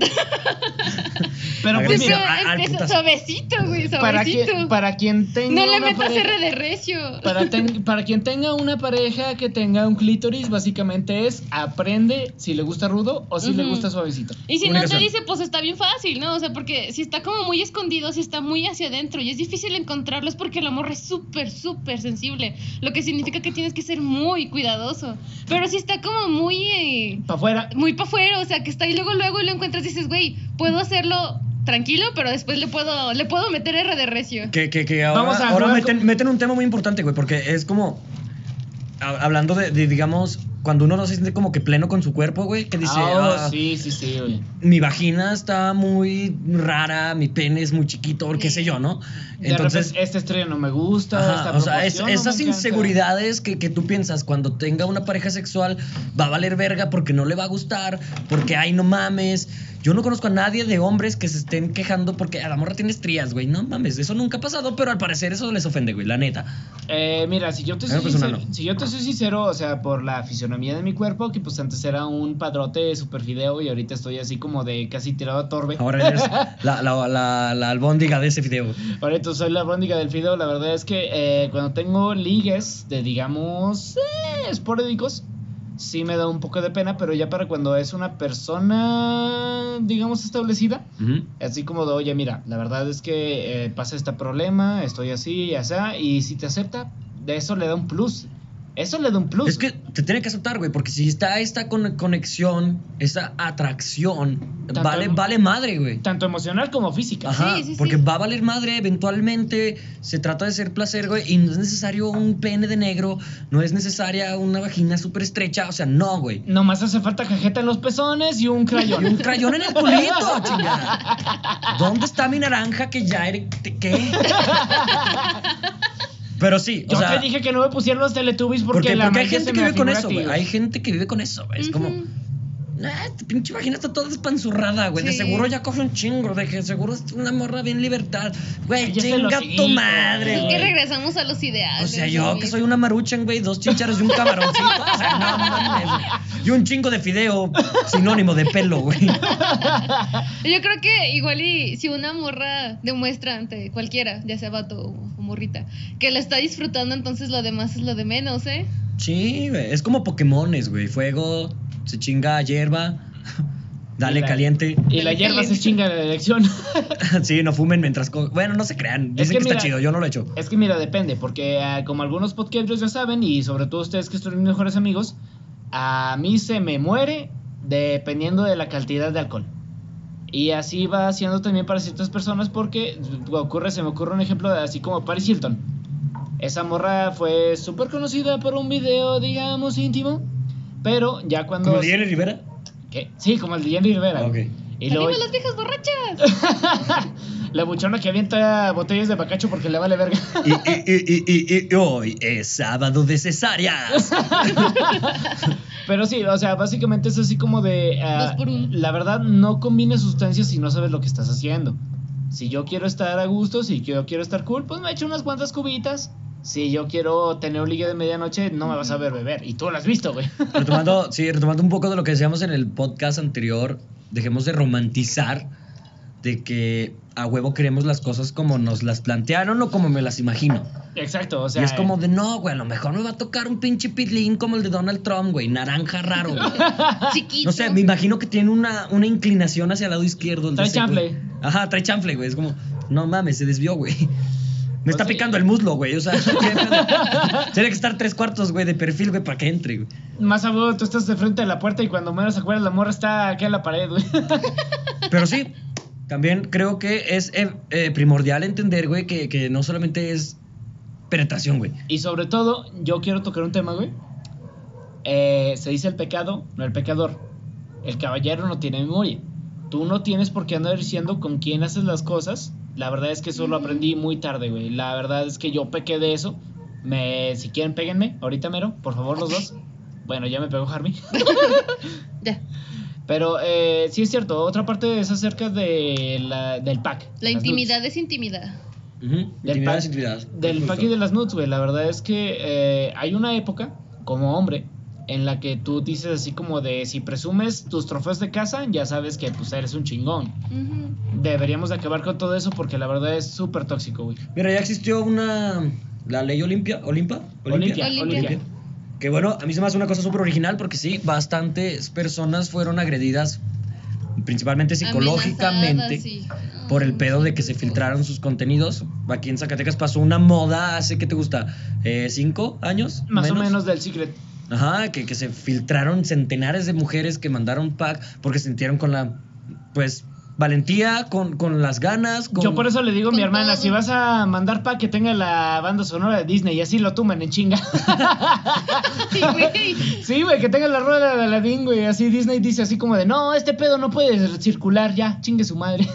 [SPEAKER 1] Pero pues
[SPEAKER 2] Agresivo.
[SPEAKER 1] mira,
[SPEAKER 2] al- al
[SPEAKER 3] empieza
[SPEAKER 2] putazo.
[SPEAKER 3] suavecito, güey,
[SPEAKER 1] para, quien
[SPEAKER 3] suavecito.
[SPEAKER 1] para quien tenga
[SPEAKER 3] no le
[SPEAKER 1] una
[SPEAKER 3] metas
[SPEAKER 1] pareja-
[SPEAKER 3] R de recio.
[SPEAKER 1] para, ten- para quien tenga una pareja que tenga un clítoris, básicamente es aprende si le gusta rudo o si le
[SPEAKER 3] Ujú.
[SPEAKER 1] gusta suavecito.
[SPEAKER 3] Y si no te
[SPEAKER 2] Comunicación.
[SPEAKER 3] dice, pues está bien fácil, ¿no? O sea, porque si está como muy escondido, si está muy hacia adentro y es difícil encontrarlos porque el amor es súper, súper sensible, lo que significa que tienes que ser muy cuidadoso. Pero si está como muy... eh,
[SPEAKER 1] Para afuera.
[SPEAKER 3] muy para afuera, o sea, que está ahí luego luego y lo encuentras y dices, güey, puedo hacerlo tranquilo, pero después le puedo le puedo meter R de recio.
[SPEAKER 2] Que, que, que ahora,
[SPEAKER 1] Vamos a
[SPEAKER 2] ahora
[SPEAKER 1] jugar
[SPEAKER 2] meten,
[SPEAKER 1] con-
[SPEAKER 2] meten un tema muy importante, güey, porque es como. ha- Hablando de, de, digamos, cuando uno no se siente como que pleno con su cuerpo, güey, que dice,
[SPEAKER 1] Ah,
[SPEAKER 2] "Ah,
[SPEAKER 1] sí, sí, sí, güey.
[SPEAKER 2] mi vagina está muy rara, mi pene es muy chiquito, o qué sé yo, ¿no?
[SPEAKER 1] De
[SPEAKER 2] Entonces,
[SPEAKER 1] repente, esta estrella no me gusta.
[SPEAKER 2] ajá,
[SPEAKER 1] esta
[SPEAKER 2] o sea, es-
[SPEAKER 1] proporción no me
[SPEAKER 2] esas
[SPEAKER 1] encanta.
[SPEAKER 2] inseguridades que, que tú piensas cuando tenga una pareja sexual va a valer verga porque no le va a gustar, porque ay, no mames. Yo no conozco a nadie de hombres que se estén quejando porque a la morra tiene estrías, güey. No mames, eso nunca ha pasado, pero al parecer eso les ofende, güey, la neta.
[SPEAKER 1] Eh, mira, si yo, te
[SPEAKER 2] Ah,
[SPEAKER 1] soy
[SPEAKER 2] pues, una
[SPEAKER 1] sincero,
[SPEAKER 2] no.
[SPEAKER 1] si yo te soy sincero, o sea, por la fisionomía de mi cuerpo, que pues antes era un padrote super fideo y ahorita estoy así como de casi tirado a torbe.
[SPEAKER 2] Ahora eres la, la, la, la albóndiga de ese video.
[SPEAKER 1] Ahorita soy la brónica del fideo. La verdad es que eh, cuando tengo ligues de, digamos, eh, esporádicos, sí me da un poco de pena, pero ya para cuando es una persona, digamos, establecida,
[SPEAKER 2] Ujú.
[SPEAKER 1] así como de, oye, mira, la verdad es que eh, pasa este problema, estoy así y así, y si te acepta, de eso le da un plus. Eso le da un plus.
[SPEAKER 2] Es que te tiene que aceptar, güey, porque si está esta con- conexión, esa atracción,
[SPEAKER 1] Tanto
[SPEAKER 2] vale,
[SPEAKER 1] emo-
[SPEAKER 2] vale madre, güey.
[SPEAKER 1] Tanto emocional como física.
[SPEAKER 2] Ajá,
[SPEAKER 3] Sí, sí, sí.
[SPEAKER 2] porque va a valer madre eventualmente, se trata de ser placer, güey, y no es necesario un pene de negro, no es necesaria una vagina súper estrecha, o sea, no, güey.
[SPEAKER 1] Nomás hace falta cajeta en los pezones y un crayón.
[SPEAKER 2] Un crayón en el culito, chingada. ¿Dónde está mi naranja que ya eres... ¿Qué? Pero sí, o
[SPEAKER 1] Yo
[SPEAKER 2] sea...
[SPEAKER 1] te dije que no me pusieron los teletubbies porque,
[SPEAKER 2] Porque,
[SPEAKER 1] la
[SPEAKER 2] porque hay
[SPEAKER 1] magia
[SPEAKER 2] gente
[SPEAKER 1] se
[SPEAKER 2] que
[SPEAKER 1] me
[SPEAKER 2] vive con
[SPEAKER 1] afigura
[SPEAKER 2] eso,
[SPEAKER 1] a ti,
[SPEAKER 2] güey. Hay gente que vive con eso, güey. Es como,
[SPEAKER 3] Ujú.
[SPEAKER 2] ah, tu pinche vagina está toda espanzurrada, güey. De
[SPEAKER 3] Sí.
[SPEAKER 2] seguro ya coge un chingo. De que seguro es una morra bien libertad. Güey,
[SPEAKER 1] Ya se lo
[SPEAKER 2] chinga tu
[SPEAKER 1] sigo.
[SPEAKER 2] madre,
[SPEAKER 1] Es
[SPEAKER 3] Es que
[SPEAKER 2] güey.
[SPEAKER 3] regresamos a los ideales.
[SPEAKER 2] O sea, yo
[SPEAKER 3] güey.
[SPEAKER 2] que soy una maruchan, güey, dos chicharos y un camaroncito. O sea, no mames. güey. Y un chingo de fideo, sinónimo de pelo, güey.
[SPEAKER 3] Yo creo que igual y si una morra demuestra ante cualquiera, ya sea vato o o morrita, que la está disfrutando, entonces lo demás es lo de menos, ¿eh?
[SPEAKER 2] Sí, güey. Es como Pokémones, güey. Fuego, se chinga hierba. Dale
[SPEAKER 1] Y la-
[SPEAKER 2] caliente.
[SPEAKER 1] Y la hierba se chinga la elección.
[SPEAKER 2] sí, no fumen mientras. co- Bueno, no se crean.
[SPEAKER 1] Es
[SPEAKER 2] Dicen
[SPEAKER 1] que
[SPEAKER 2] que, está
[SPEAKER 1] mira-
[SPEAKER 2] chido, yo no lo he hecho.
[SPEAKER 1] Es que mira, depende, porque ah, como algunos podcasters ya saben, y sobre todo ustedes que son mis mejores amigos, a mí se me muere dependiendo de la cantidad de alcohol. Y así va siendo también para ciertas personas porque eh, ocurre, se me ocurre un ejemplo de así como Paris Hilton. Esa morra fue súper conocida por un video, digamos, íntimo, pero ya cuando...
[SPEAKER 2] ¿Como Jenny Rivera?
[SPEAKER 1] ¿Qué? Sí, como el de Jenny Rivera.
[SPEAKER 2] Ah, ok.
[SPEAKER 1] Y
[SPEAKER 3] ¡Arriba
[SPEAKER 1] luego
[SPEAKER 3] las viejas borrachas!
[SPEAKER 1] la buchona que avienta botellas de bacacho porque le vale verga.
[SPEAKER 2] Y, y- y- y- y- y hoy es sábado de cesáreas.
[SPEAKER 1] Pero sí, o sea, básicamente es así como de... ah,
[SPEAKER 3] Dos por uno.
[SPEAKER 1] La verdad, no combines sustancias si no sabes lo que estás haciendo. Si yo quiero estar a gusto, si yo quiero estar cool, pues me echo unas cuantas cubitas. Si yo quiero tener un ligue de medianoche, no me vas a ver beber. Y tú lo has visto, güey.
[SPEAKER 2] retomando, sí, retomando un poco de lo que decíamos en el podcast anterior, dejemos de romantizar de que a huevo queremos las cosas como nos las plantearon o como me las imagino.
[SPEAKER 1] Exacto, o sea... eh.
[SPEAKER 2] y es como de, no, güey, a lo mejor me va a tocar un pinche pitlín como el de Donald Trump, güey, naranja raro, güey.
[SPEAKER 3] Chiquito.
[SPEAKER 2] No sé, me imagino que tiene una, una inclinación hacia el lado izquierdo. el
[SPEAKER 1] Trae
[SPEAKER 2] de ese, güey.
[SPEAKER 1] chanfle.
[SPEAKER 2] Ajá, trae chanfle, güey. Es como, no mames, se desvió, güey. Me
[SPEAKER 1] Pues
[SPEAKER 2] está
[SPEAKER 1] sí.
[SPEAKER 2] picando el muslo, güey. O sea, ¿qué pedo? tiene que estar tres cuartos, güey, de perfil, güey, para que entre, güey.
[SPEAKER 1] Más a huevo, tú estás de frente a la puerta y cuando menos acuerdas la morra está aquí en la pared, güey.
[SPEAKER 2] Pero sí, también creo que es eh, eh, primordial entender, güey, que, que no solamente es penetración, güey.
[SPEAKER 1] Y sobre todo, yo quiero tocar un tema, güey. Eh, se dice el pecado, no el pecador. El caballero no tiene memoria. Tú no tienes por qué andar diciendo con quién haces las cosas. La verdad es que eso lo aprendí
[SPEAKER 3] Mm.
[SPEAKER 1] muy tarde, güey. La verdad es que yo pequé de eso. Me, si quieren, péguenme. Ahorita mero, por favor, los dos. Bueno, ya me pegó Harvey.
[SPEAKER 3] Ya,
[SPEAKER 1] Pero eh, sí es cierto, otra parte es acerca de la- del pack.
[SPEAKER 3] la
[SPEAKER 1] Las
[SPEAKER 3] intimidad es intimidad.
[SPEAKER 2] Ujú,
[SPEAKER 1] Del
[SPEAKER 2] Intimidad
[SPEAKER 1] pa-
[SPEAKER 2] es intimidad.
[SPEAKER 1] Del
[SPEAKER 2] Justo.
[SPEAKER 1] pack y de las nudes, güey. La verdad es que eh, hay una época, como hombre, en la que tú dices así como de si presumes tus trofeos de casa, ya sabes que pues eres un chingón.
[SPEAKER 3] Ujú.
[SPEAKER 1] Deberíamos de acabar con todo eso porque la verdad es súper tóxico, güey.
[SPEAKER 2] Mira, ya existió una. La ley Olimpia. ¿Olimpa?
[SPEAKER 1] Olimpia,
[SPEAKER 3] Olimpia.
[SPEAKER 1] Olimpia.
[SPEAKER 2] Que bueno, a mí se me hace una cosa súper original porque sí, bastantes personas fueron agredidas, principalmente psicológicamente,
[SPEAKER 3] Amenazadas, sí.
[SPEAKER 2] por el pedo de que se filtraron sus contenidos. Aquí en Zacatecas pasó una moda hace, ¿qué te gusta? Eh, ¿Cinco años?
[SPEAKER 1] Más o menos del secret.
[SPEAKER 2] Ajá, que, que se filtraron centenares de mujeres que mandaron pack porque sintieron con la, pues, valentía, con, con las ganas. Con...
[SPEAKER 1] Yo por eso le digo a mi
[SPEAKER 3] con
[SPEAKER 1] hermana,
[SPEAKER 3] todo.
[SPEAKER 1] si vas a mandar pack que tenga la banda sonora de Disney y así lo tuman en chinga.
[SPEAKER 3] Sí, güey.
[SPEAKER 1] sí, güey, que tenga la rueda de Aladdin, güey. Así Disney dice así como de, no, este pedo no puede circular ya, chingue su madre.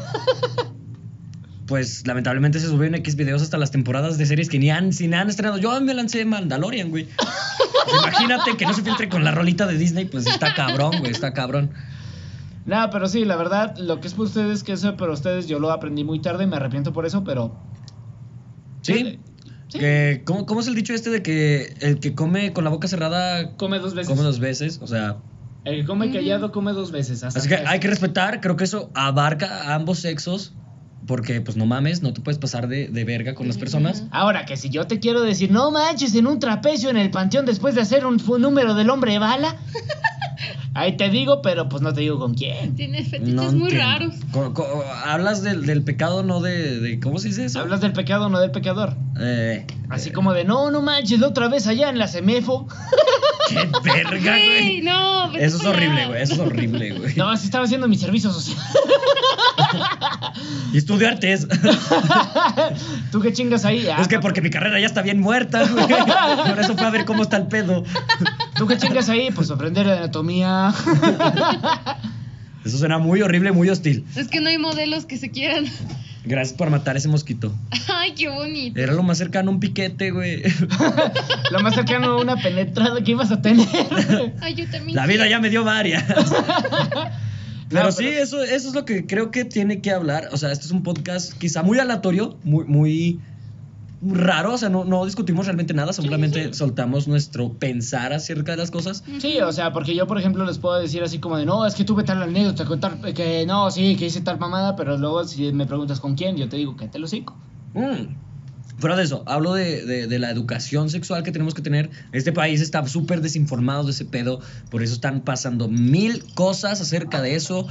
[SPEAKER 2] pues lamentablemente se subieron X videos hasta las temporadas de series que ni han, si ni han estrenado. Yo me lancé Mandalorian, güey. Pues, imagínate que no se filtre con la rolita de Disney, pues está cabrón, güey, está cabrón.
[SPEAKER 1] Nada, pero sí, la verdad, lo que es para ustedes, que eso para ustedes, yo lo aprendí muy tarde, me arrepiento por eso, pero.
[SPEAKER 2] ¿Sí?
[SPEAKER 1] Sí.
[SPEAKER 2] Que, ¿cómo, cómo es el dicho este de que el que come con la boca cerrada
[SPEAKER 1] Come dos veces.
[SPEAKER 2] come dos veces? O sea,
[SPEAKER 1] El que come callado come dos veces. Hasta
[SPEAKER 2] así que
[SPEAKER 1] tres.
[SPEAKER 2] hay que respetar, creo que eso abarca a ambos sexos, porque pues no mames, no te puedes pasar de, de verga con las personas.
[SPEAKER 1] Ahora, que si yo te quiero decir, no manches, en un trapecio en el panteón después de hacer un fu- número del hombre bala. ahí te digo, pero pues no te digo con quién.
[SPEAKER 3] Tiene fetiches
[SPEAKER 2] No
[SPEAKER 3] muy
[SPEAKER 2] entiendo.
[SPEAKER 3] raros.
[SPEAKER 2] Co- co- hablas del, del pecado, no de, de- ¿Cómo se dice eso?
[SPEAKER 1] Hablas del pecado, no del pecador.
[SPEAKER 2] Eh,
[SPEAKER 1] Así
[SPEAKER 2] eh,
[SPEAKER 1] como de, no, no manches, la otra vez allá en la semefo.
[SPEAKER 2] ¡Qué verga,
[SPEAKER 3] Güey,
[SPEAKER 2] güey!
[SPEAKER 3] no. pues vete
[SPEAKER 2] Eso es
[SPEAKER 3] para
[SPEAKER 2] horrible,
[SPEAKER 3] allá.
[SPEAKER 2] güey. Eso es horrible, güey.
[SPEAKER 1] No, así estaba haciendo mi servicio social.
[SPEAKER 2] Y estudio artes.
[SPEAKER 1] ¿Tú qué chingas ahí? Ah,
[SPEAKER 2] es que porque mi carrera ya está bien muerta, güey. Por eso fue a ver cómo está el pedo.
[SPEAKER 1] ¿Tú qué chingas ahí? Pues aprender anatomía.
[SPEAKER 2] Eso suena muy horrible, muy hostil.
[SPEAKER 3] Es que no hay modelos que se quieran.
[SPEAKER 2] Gracias por matar ese mosquito.
[SPEAKER 3] Ay, qué bonito.
[SPEAKER 2] Era lo más cercano a un piquete, güey.
[SPEAKER 1] Lo más cercano a una penetrada que ibas a tener.
[SPEAKER 3] Ay, yo también.
[SPEAKER 2] Eh, La vida
[SPEAKER 3] quiero.
[SPEAKER 2] ya me dio varias. Pero
[SPEAKER 1] No,
[SPEAKER 2] sí,
[SPEAKER 1] pero-
[SPEAKER 2] eso, eso es lo que creo que tiene que hablar. O sea, este es un podcast quizá muy aleatorio, muy, muy raro. O sea, no, no discutimos realmente nada, simplemente soltamos nuestro pensar acerca de las cosas.
[SPEAKER 1] Sí, o sea, porque yo, por ejemplo, les puedo decir así como de, no, es que tuve tal anécdota, con tal- que no, sí, que hice tal mamada, pero luego si me preguntas con quién, yo te digo que te lo cinco.
[SPEAKER 2] Mm. Fuera de eso, hablo de, de- de la educación sexual que tenemos que tener. Este país está súper desinformado de ese pedo. Por eso están pasando mil cosas acerca de eso.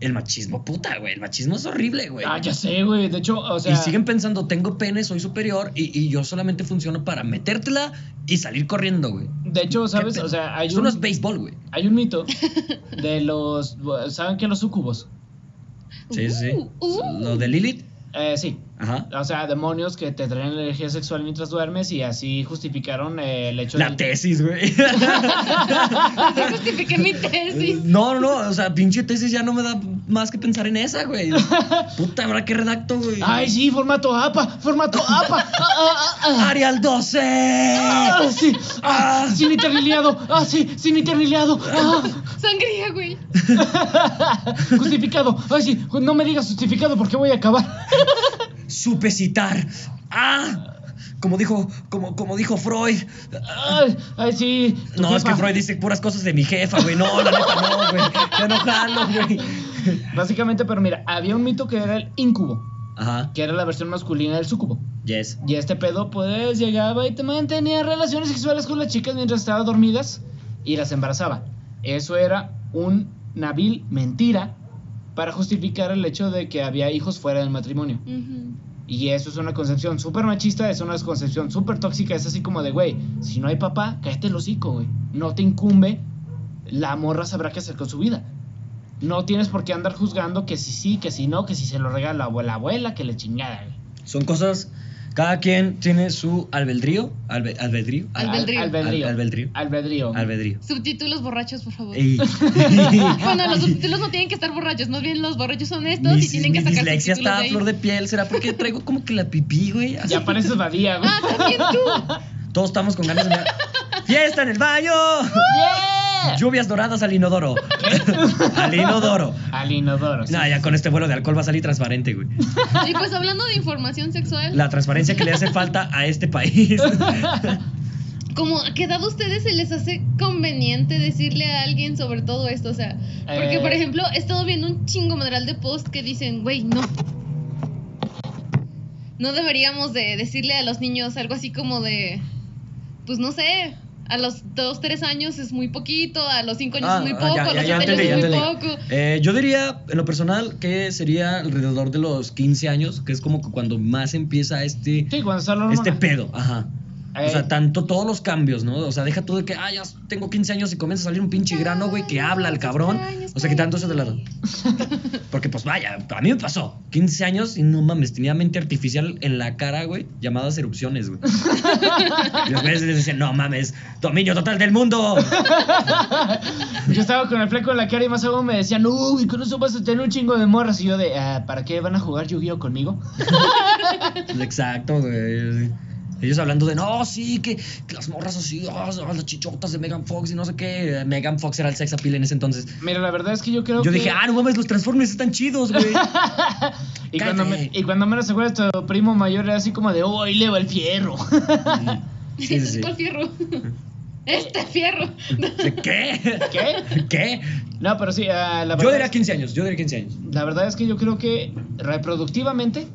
[SPEAKER 2] El machismo, puta, güey. El machismo es horrible, güey.
[SPEAKER 1] Ah, ya sé, güey. De hecho, o sea.
[SPEAKER 2] y siguen pensando, tengo pene, soy superior y, y yo solamente funciono para metértela y salir corriendo, güey.
[SPEAKER 1] De hecho, ¿sabes?
[SPEAKER 2] Qué pedo.
[SPEAKER 1] O sea, hay
[SPEAKER 2] Eso
[SPEAKER 1] un,
[SPEAKER 2] no es béisbol, güey.
[SPEAKER 1] hay un mito de los. ¿Saben qué? Los sucubos.
[SPEAKER 2] Sí, sí. sí.
[SPEAKER 3] Uh, uh.
[SPEAKER 2] Lo de Lilith.
[SPEAKER 1] Eh, sí.
[SPEAKER 2] Ajá.
[SPEAKER 1] O sea, demonios que te traen energía sexual mientras duermes y así justificaron eh, el hecho
[SPEAKER 2] La
[SPEAKER 1] del-
[SPEAKER 2] tesis, güey.
[SPEAKER 3] Así justifiqué mi tesis.
[SPEAKER 2] No, no, no, o sea, pinche tesis ya no me da más que pensar en esa, güey. Puta, ahora qué redacto, güey.
[SPEAKER 1] Ay, sí, formato APA, formato APA. Ah, ah, ah,
[SPEAKER 2] Arial 12.
[SPEAKER 1] ah, ah, sí, ah, sin interlineado, ah, sí, sin interlineado, ah,
[SPEAKER 3] Sangría, güey.
[SPEAKER 1] justificado, ay, sí, no me digas justificado porque voy a acabar.
[SPEAKER 2] Supesitar. Ah. Como dijo, como, como dijo Freud.
[SPEAKER 1] Ay, ay, sí. tu
[SPEAKER 2] No, es que
[SPEAKER 1] jefa.
[SPEAKER 2] Freud dice puras cosas de mi jefa, güey. No, la neta no, güey. Te enojando, güey.
[SPEAKER 1] Básicamente, pero mira, había un mito que era el incubo,
[SPEAKER 2] Ajá.
[SPEAKER 1] que era la versión masculina del sucubo.
[SPEAKER 2] Yes.
[SPEAKER 1] Y este pedo, pues, llegaba y te mantenía relaciones sexuales con las chicas mientras estaban dormidas y las embarazaba. Eso era un nabil mentira para justificar el hecho de que había hijos fuera del matrimonio.
[SPEAKER 3] Ujú.
[SPEAKER 1] Y eso es una concepción súper machista, es una concepción súper tóxica, es así como de, güey, si no hay papá, cállate el hocico, güey. No te incumbe, la morra sabrá qué hacer con su vida. No tienes por qué andar juzgando que si sí, que si no, que si se lo regala o la abuela, que le chingada, güey.
[SPEAKER 2] Son cosas. Cada quien tiene su albedrío. Albe- albedrío.
[SPEAKER 1] Al-
[SPEAKER 3] Albedrío.
[SPEAKER 1] Albedrío.
[SPEAKER 2] Albedrío.
[SPEAKER 1] Albedrío.
[SPEAKER 2] Albedrío.
[SPEAKER 3] Subtítulos borrachos, por favor.
[SPEAKER 2] Ey.
[SPEAKER 3] Bueno, los subtítulos no tienen que estar borrachos, más bien los borrachos son estos
[SPEAKER 2] Mi,
[SPEAKER 3] y tienen que
[SPEAKER 2] mi
[SPEAKER 3] sacar
[SPEAKER 2] dislexia está
[SPEAKER 3] subtítulos de
[SPEAKER 2] a
[SPEAKER 3] ahí.
[SPEAKER 2] flor de piel. ¿Será porque traigo como que la pipí, güey? Así.
[SPEAKER 1] Ya pareces badía, güey.
[SPEAKER 3] Ah, también tú.
[SPEAKER 2] Todos estamos con ganas de... ¡Fiesta en el baño!
[SPEAKER 1] ¡Yeah!
[SPEAKER 2] Lluvias doradas al inodoro. al inodoro.
[SPEAKER 1] Al inodoro. sí.
[SPEAKER 2] Nah, ya con este vuelo de alcohol va a salir transparente, güey.
[SPEAKER 3] Y pues hablando de información sexual,
[SPEAKER 2] La transparencia que le hace falta a este país.
[SPEAKER 3] como a qué edad a ustedes se les hace conveniente decirle a alguien sobre todo esto, o sea, porque
[SPEAKER 1] Eh.
[SPEAKER 3] por ejemplo, he estado viendo un chingo madral de posts que dicen, "Güey, no." No deberíamos de decirle a los niños algo así como de pues no sé, a los 2, 3 años es muy poquito, a los 5 años
[SPEAKER 2] Ah,
[SPEAKER 3] es muy
[SPEAKER 2] ah,
[SPEAKER 3] poco,
[SPEAKER 2] ya,
[SPEAKER 3] a
[SPEAKER 2] ya,
[SPEAKER 3] los
[SPEAKER 2] ya
[SPEAKER 3] 7 años
[SPEAKER 2] entendí, ya
[SPEAKER 3] es muy
[SPEAKER 2] entendí.
[SPEAKER 3] poco.
[SPEAKER 2] Eh, yo diría, en lo personal, que sería alrededor de los 15 años, que es como que cuando más empieza este...
[SPEAKER 1] Sí, cuando está la hormona. Eh,
[SPEAKER 2] Este pedo, ajá. O
[SPEAKER 1] Ey.
[SPEAKER 2] sea, tanto todos los cambios, ¿no? O sea, deja tú de que, ah, ya tengo 15 años y comienza a salir un pinche grano, güey, que habla el cabrón. O sea, que tanto eso de lado. Porque, pues vaya, a mí me pasó. 15 años y no mames, tenía mente artificial en la cara, güey, llamadas erupciones, güey. y los güeyes les decían, no mames, dominio total del mundo.
[SPEAKER 1] Yo estaba con el fleco en la cara y más abajo me decían, uy, con eso vas a tener un chingo de morras. Y yo de, "Ah, ¿para qué van a jugar Yu-Gi-Oh conmigo?
[SPEAKER 2] Exacto, güey. Ellos hablando de, no, sí, que, que las morras así, ah, las chichotas de Megan Fox y no sé qué. Megan Fox era el sex appeal en ese entonces.
[SPEAKER 1] Mira, la verdad es que yo creo
[SPEAKER 2] Yo
[SPEAKER 1] que...
[SPEAKER 2] dije, ah, no mames, los Transformers están chidos, güey.
[SPEAKER 1] y, cuando me-
[SPEAKER 2] cállate.
[SPEAKER 1] y cuando menos se acuerda, tu primo mayor era así como de, oh, ahí le va el fierro.
[SPEAKER 2] Sí, sí,
[SPEAKER 3] Este
[SPEAKER 2] sí.
[SPEAKER 3] es cuál fierro. Este fierro.
[SPEAKER 2] ¿De ¿Qué?
[SPEAKER 1] ¿Qué?
[SPEAKER 2] ¿Qué?
[SPEAKER 1] No, pero sí, ah, la,
[SPEAKER 2] Yo
[SPEAKER 1] verdad
[SPEAKER 2] diría
[SPEAKER 1] es,
[SPEAKER 2] 15 años, yo diría 15 años.
[SPEAKER 1] la verdad es que yo creo que reproductivamente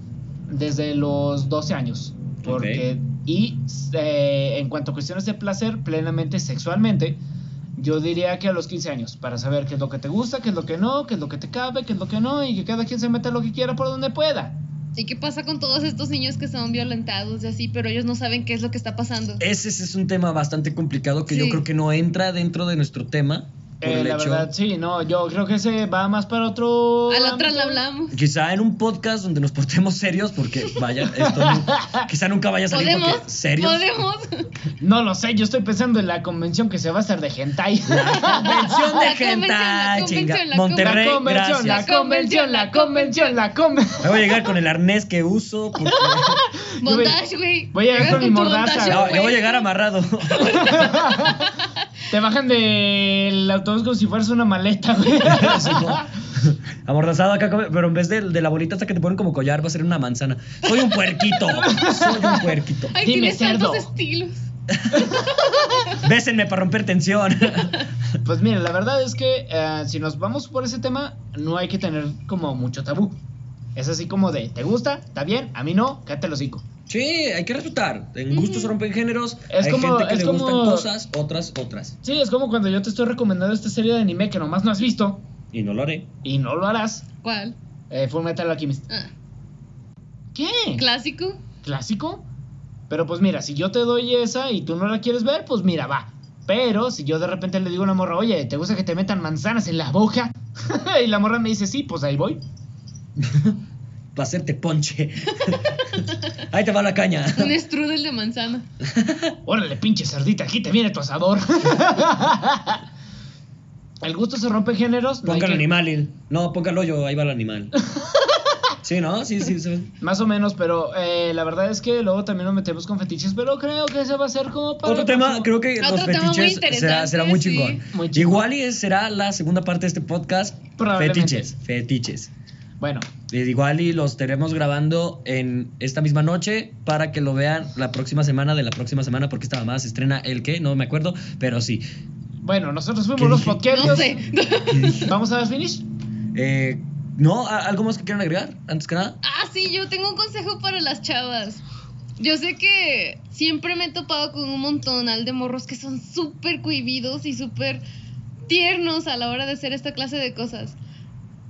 [SPEAKER 1] desde los 12 años. Porque, y eh, en cuanto a cuestiones de placer, plenamente sexualmente, yo diría que a los 15 años, para saber qué es lo que te gusta, qué es lo que no, qué es lo que te cabe, qué es lo que no, y que cada quien se meta lo que quiera por donde pueda.
[SPEAKER 3] ¿Y qué pasa con todos estos niños que son violentados y así, pero ellos no saben qué es lo que está pasando?
[SPEAKER 2] Ese sí es un tema bastante complicado que yo
[SPEAKER 3] Sí.
[SPEAKER 2] creo que no entra dentro de nuestro tema. Por
[SPEAKER 1] Eh,
[SPEAKER 2] el
[SPEAKER 1] la
[SPEAKER 2] hecho.
[SPEAKER 1] verdad, sí, no, yo creo que se va más para otro.
[SPEAKER 3] A la otra
[SPEAKER 1] ámbito.
[SPEAKER 3] la hablamos.
[SPEAKER 2] Quizá en un podcast donde nos portemos serios, porque vaya, esto nu- quizá nunca vaya a salir
[SPEAKER 3] ¿Podemos?
[SPEAKER 2] porque serios.
[SPEAKER 3] ¿Podemos?
[SPEAKER 1] No lo sé, yo estoy pensando en la convención que se va a hacer de hentai.
[SPEAKER 2] Convención de
[SPEAKER 3] La
[SPEAKER 2] gente, Ah,
[SPEAKER 3] convención, la
[SPEAKER 2] chinga.
[SPEAKER 3] convención, la
[SPEAKER 2] Monterrey,
[SPEAKER 1] la convención, la
[SPEAKER 2] gracias.
[SPEAKER 1] convención, la convención, la convención.
[SPEAKER 2] Me voy a llegar con el arnés que uso. porque-
[SPEAKER 3] Bondage, güey.
[SPEAKER 1] voy a llegar con mi mordaza.
[SPEAKER 2] No, yo voy a
[SPEAKER 3] güey.
[SPEAKER 2] llegar amarrado.
[SPEAKER 1] Te bajan del autobús como si fueras una maleta, güey.
[SPEAKER 2] Sí, no. Amordazado acá, como- pero en vez de, de la bolita hasta que te ponen como collar, va a ser una manzana. Soy un puerquito. Soy un puerquito.
[SPEAKER 3] Ay,
[SPEAKER 1] Dime,
[SPEAKER 3] tienes tantos
[SPEAKER 1] cerdo.
[SPEAKER 3] estilos.
[SPEAKER 2] Bésenme para romper tensión.
[SPEAKER 1] Pues mira, la verdad es que eh, si nos vamos por ese tema, no hay que tener como mucho tabú. Es así como de, ¿te gusta? ¿Está bien? A mí no, cállate el hocico.
[SPEAKER 2] Sí, hay que respetar. En gustos
[SPEAKER 3] Ujú.
[SPEAKER 2] rompen géneros.
[SPEAKER 1] Es
[SPEAKER 2] hay
[SPEAKER 1] como-
[SPEAKER 2] gente que
[SPEAKER 1] es
[SPEAKER 2] le
[SPEAKER 1] como-
[SPEAKER 2] gustan cosas, otras, otras.
[SPEAKER 1] Sí, es como cuando yo te estoy recomendando esta serie de anime que nomás no has visto
[SPEAKER 2] Y no lo haré.
[SPEAKER 1] y no lo harás.
[SPEAKER 3] ¿Cuál?
[SPEAKER 1] Eh, Full Metal Alchemist.
[SPEAKER 3] Ah,
[SPEAKER 1] ¿Qué?
[SPEAKER 3] ¿Clásico?
[SPEAKER 1] ¿Clásico? Pero pues mira, si yo te doy esa y tú no la quieres ver, pues mira, va. Pero si yo de repente le digo a una morra, oye, ¿te gusta que te metan manzanas en la boca? y la morra me dice, sí, pues ahí voy.
[SPEAKER 2] Para hacerte ponche. Ahí te va la caña.
[SPEAKER 3] Un strudel de manzana.
[SPEAKER 1] Órale, pinche cerdita, aquí te viene tu asador. El gusto se rompe en géneros. no hay
[SPEAKER 2] Ponga el
[SPEAKER 1] que-
[SPEAKER 2] animal. y- No, ponga el hoyo, ahí va el animal. Sí, ¿no? Sí, sí, sí.
[SPEAKER 1] Más o menos, pero eh, la verdad es que luego también nos metemos con fetiches, pero creo que ese va a ser como para...
[SPEAKER 2] Otro tema, creo que
[SPEAKER 3] Otro
[SPEAKER 2] los
[SPEAKER 3] tema muy
[SPEAKER 2] fetiches será, será muy
[SPEAKER 3] interesante,
[SPEAKER 2] chingón.
[SPEAKER 1] sí. Muy chingón.
[SPEAKER 2] Igual y es- será la segunda parte de este podcast.
[SPEAKER 1] Probablemente.
[SPEAKER 2] Fetiches, fetiches. Eh,
[SPEAKER 1] Bueno,
[SPEAKER 2] Igual y los estaremos grabando en esta misma noche para que lo vean la próxima semana de la próxima semana, porque esta mamada se estrena el que, no me acuerdo, pero sí.
[SPEAKER 1] bueno, nosotros
[SPEAKER 2] ¿Qué
[SPEAKER 1] fuimos los
[SPEAKER 2] dije?
[SPEAKER 1] podcasts.
[SPEAKER 3] No sé.
[SPEAKER 1] Vamos a dar finish.
[SPEAKER 2] Eh, ¿No? ¿A- ¿Algo más que quieran agregar? Antes que nada.
[SPEAKER 3] Ah, sí, yo tengo un consejo para las chavas. Yo sé que siempre me he topado con un montonal de morros que son súper cohibidos y súper tiernos a la hora de hacer esta clase de cosas.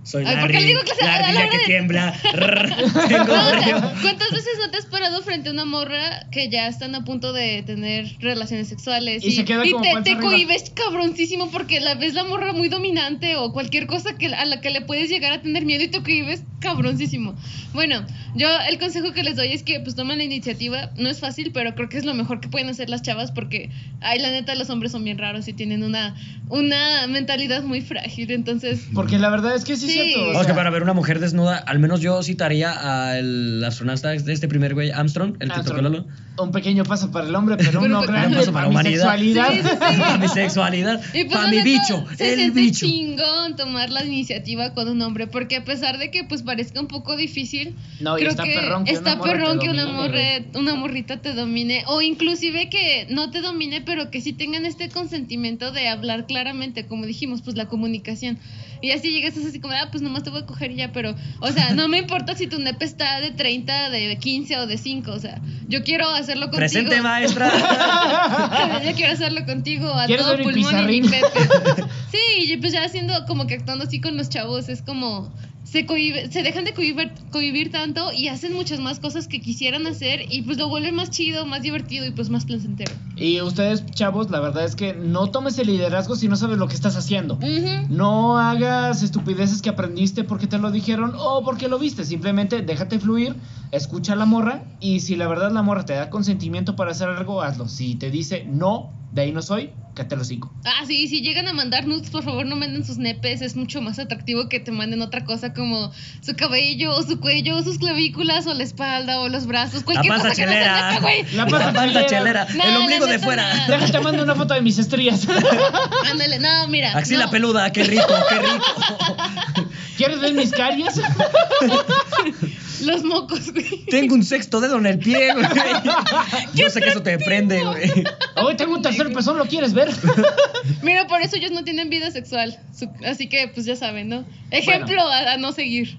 [SPEAKER 2] Soy
[SPEAKER 3] Ay, ¿por qué
[SPEAKER 2] Larry,
[SPEAKER 3] le digo que se-
[SPEAKER 2] la
[SPEAKER 3] a la
[SPEAKER 2] ardilla
[SPEAKER 3] hora
[SPEAKER 2] que
[SPEAKER 3] de-
[SPEAKER 2] tiembla. Rrr, Tengo
[SPEAKER 3] No, o
[SPEAKER 2] frío.
[SPEAKER 3] sea, ¿Cuántas veces no te has parado frente a una morra que ya están a punto de tener relaciones sexuales?
[SPEAKER 1] Y se queda como
[SPEAKER 3] te,
[SPEAKER 1] panza
[SPEAKER 3] te
[SPEAKER 1] arriba.
[SPEAKER 3] cohibes cabroncísimo porque la ves la morra muy dominante o cualquier cosa que, a la que le puedes llegar a tener miedo y te cohibes cabroncísimo. Bueno, yo el consejo que les doy es que pues tomen la iniciativa. No es fácil, pero creo que es lo mejor que pueden hacer las chavas porque, ay, la neta, los hombres son bien raros y tienen una, una mentalidad muy frágil. Entonces,
[SPEAKER 1] Porque la verdad es que sí, es
[SPEAKER 3] Sí.
[SPEAKER 1] cierto. o
[SPEAKER 2] No, es que
[SPEAKER 1] sea,
[SPEAKER 2] para ver una mujer desnuda, al menos yo citaría al astronauta de este primer güey, Armstrong, el que tocó
[SPEAKER 1] Armstrong.
[SPEAKER 2] la luna.
[SPEAKER 1] Ah, Un pequeño paso para el hombre, pero
[SPEAKER 3] Pero
[SPEAKER 1] uno
[SPEAKER 3] un pequeño
[SPEAKER 1] grande
[SPEAKER 2] paso
[SPEAKER 1] para,
[SPEAKER 2] para
[SPEAKER 1] mi sexualidad.
[SPEAKER 2] humanidad.
[SPEAKER 3] Sí, sí, sí.
[SPEAKER 2] Para mi sexualidad.
[SPEAKER 3] Y pues,
[SPEAKER 2] Para
[SPEAKER 3] la
[SPEAKER 2] mi
[SPEAKER 3] neta,
[SPEAKER 2] bicho.
[SPEAKER 3] se
[SPEAKER 2] el
[SPEAKER 3] siente
[SPEAKER 2] bicho.
[SPEAKER 3] chingón tomar la iniciativa con un hombre, porque a pesar de que pues parezca un poco difícil,
[SPEAKER 1] No, y
[SPEAKER 3] creo
[SPEAKER 1] está
[SPEAKER 3] que
[SPEAKER 1] perrón que
[SPEAKER 3] está
[SPEAKER 1] una morra te
[SPEAKER 3] perrón que una,
[SPEAKER 1] domine,
[SPEAKER 3] morre- una morrita te domine, o inclusive que no te domine, pero que sí tengan este consentimiento de hablar claramente, como dijimos, pues la comunicación. Y así llegas es así como, ah, pues nomás te voy a coger y ya, pero, o sea, no me importa si tu nepe está de 30, de 15 o de 5, o sea, yo quiero hacerlo contigo.
[SPEAKER 2] Presente, maestra.
[SPEAKER 3] Yo quiero hacerlo contigo a
[SPEAKER 1] ¿Quieres
[SPEAKER 3] todo
[SPEAKER 1] ver mi
[SPEAKER 3] pulmón y mi
[SPEAKER 1] pizarrín?
[SPEAKER 3] Pepe. Sí, y pues ya haciendo como que actuando así con los chavos, es como se, cohibe- se dejan de cohibir, cohibir tanto y hacen muchas más cosas que quisieran hacer y pues lo vuelven más chido, más divertido y pues más placentero.
[SPEAKER 1] Y ustedes, chavos, la verdad es que no tomes el liderazgo si no sabes lo que estás haciendo.
[SPEAKER 3] Ujú.
[SPEAKER 1] No hagas estupideces que aprendiste porque te lo dijeron o porque lo viste. Simplemente déjate fluir, escucha a la morra y si la verdad la morra te da consentimiento para hacer algo, hazlo. Si te dice no, de ahí no soy, cállate los cinco.
[SPEAKER 3] Ah, sí, si llegan a mandar nudes, por favor no manden sus nepes, es mucho más atractivo que te manden otra cosa como su cabello o su cuello o sus clavículas o la espalda o los brazos,
[SPEAKER 2] La
[SPEAKER 3] cualquier
[SPEAKER 2] panza
[SPEAKER 3] cosa que no sea
[SPEAKER 2] chelera.
[SPEAKER 3] nepe, güey.
[SPEAKER 1] La panza chelera.
[SPEAKER 2] chelera.
[SPEAKER 3] No,
[SPEAKER 2] el
[SPEAKER 3] la
[SPEAKER 2] ombligo de
[SPEAKER 3] neta,
[SPEAKER 2] fuera.
[SPEAKER 3] no.
[SPEAKER 1] Déjate mando una foto de mis estrías.
[SPEAKER 3] Ándale, no, mira.
[SPEAKER 2] Axila
[SPEAKER 3] no.
[SPEAKER 2] peluda. Qué rico, qué rico.
[SPEAKER 1] ¿Quieres ver mis caries?
[SPEAKER 3] Los mocos, güey.
[SPEAKER 2] Tengo un sexto dedo en el pie, güey. Yo sé que eso te prende, güey.
[SPEAKER 1] Hoy tengo un tercer pezón, ¿lo quieres ver?
[SPEAKER 3] Mira, por eso ellos no tienen vida sexual. Su- Así que, pues ya saben, ¿no? Ejemplo a, a no seguir.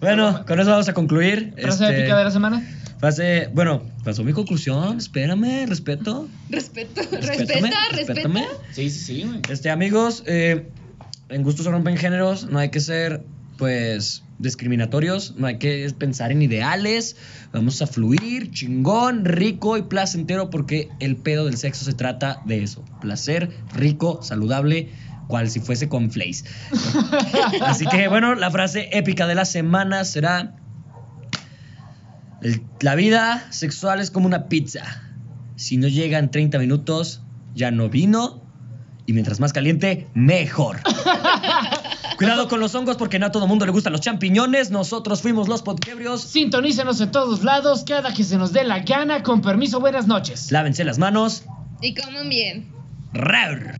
[SPEAKER 2] Bueno, con eso vamos a concluir.
[SPEAKER 1] Frase
[SPEAKER 2] Este,
[SPEAKER 1] épica de la semana.
[SPEAKER 2] frase- bueno, pasó mi conclusión. Espérame, respeto.
[SPEAKER 3] Respeto,
[SPEAKER 2] Respétame,
[SPEAKER 3] respeta, respeta.
[SPEAKER 2] respétame.
[SPEAKER 1] Sí, sí, sí, güey.
[SPEAKER 2] Este, amigos, eh, en gustos se rompen géneros, no hay que ser, pues, discriminatorios, no hay que pensar en ideales, vamos a fluir, chingón, rico y placentero, porque el pedo del sexo se trata de eso, placer, rico, saludable, cual si fuese con flays. Así que, bueno, la frase épica de la semana será, "El- la vida sexual es como una pizza, si no llegan 30 minutos, ya no vino. Y mientras más caliente, mejor. Cuidado con los hongos porque no a todo mundo le gustan los champiñones. Nosotros fuimos los podquebrios.
[SPEAKER 1] Sintonícenos en todos lados, cada que se nos dé la gana. Con permiso, buenas noches.
[SPEAKER 2] Lávense las manos.
[SPEAKER 3] Y coman bien.
[SPEAKER 2] ¡Rar!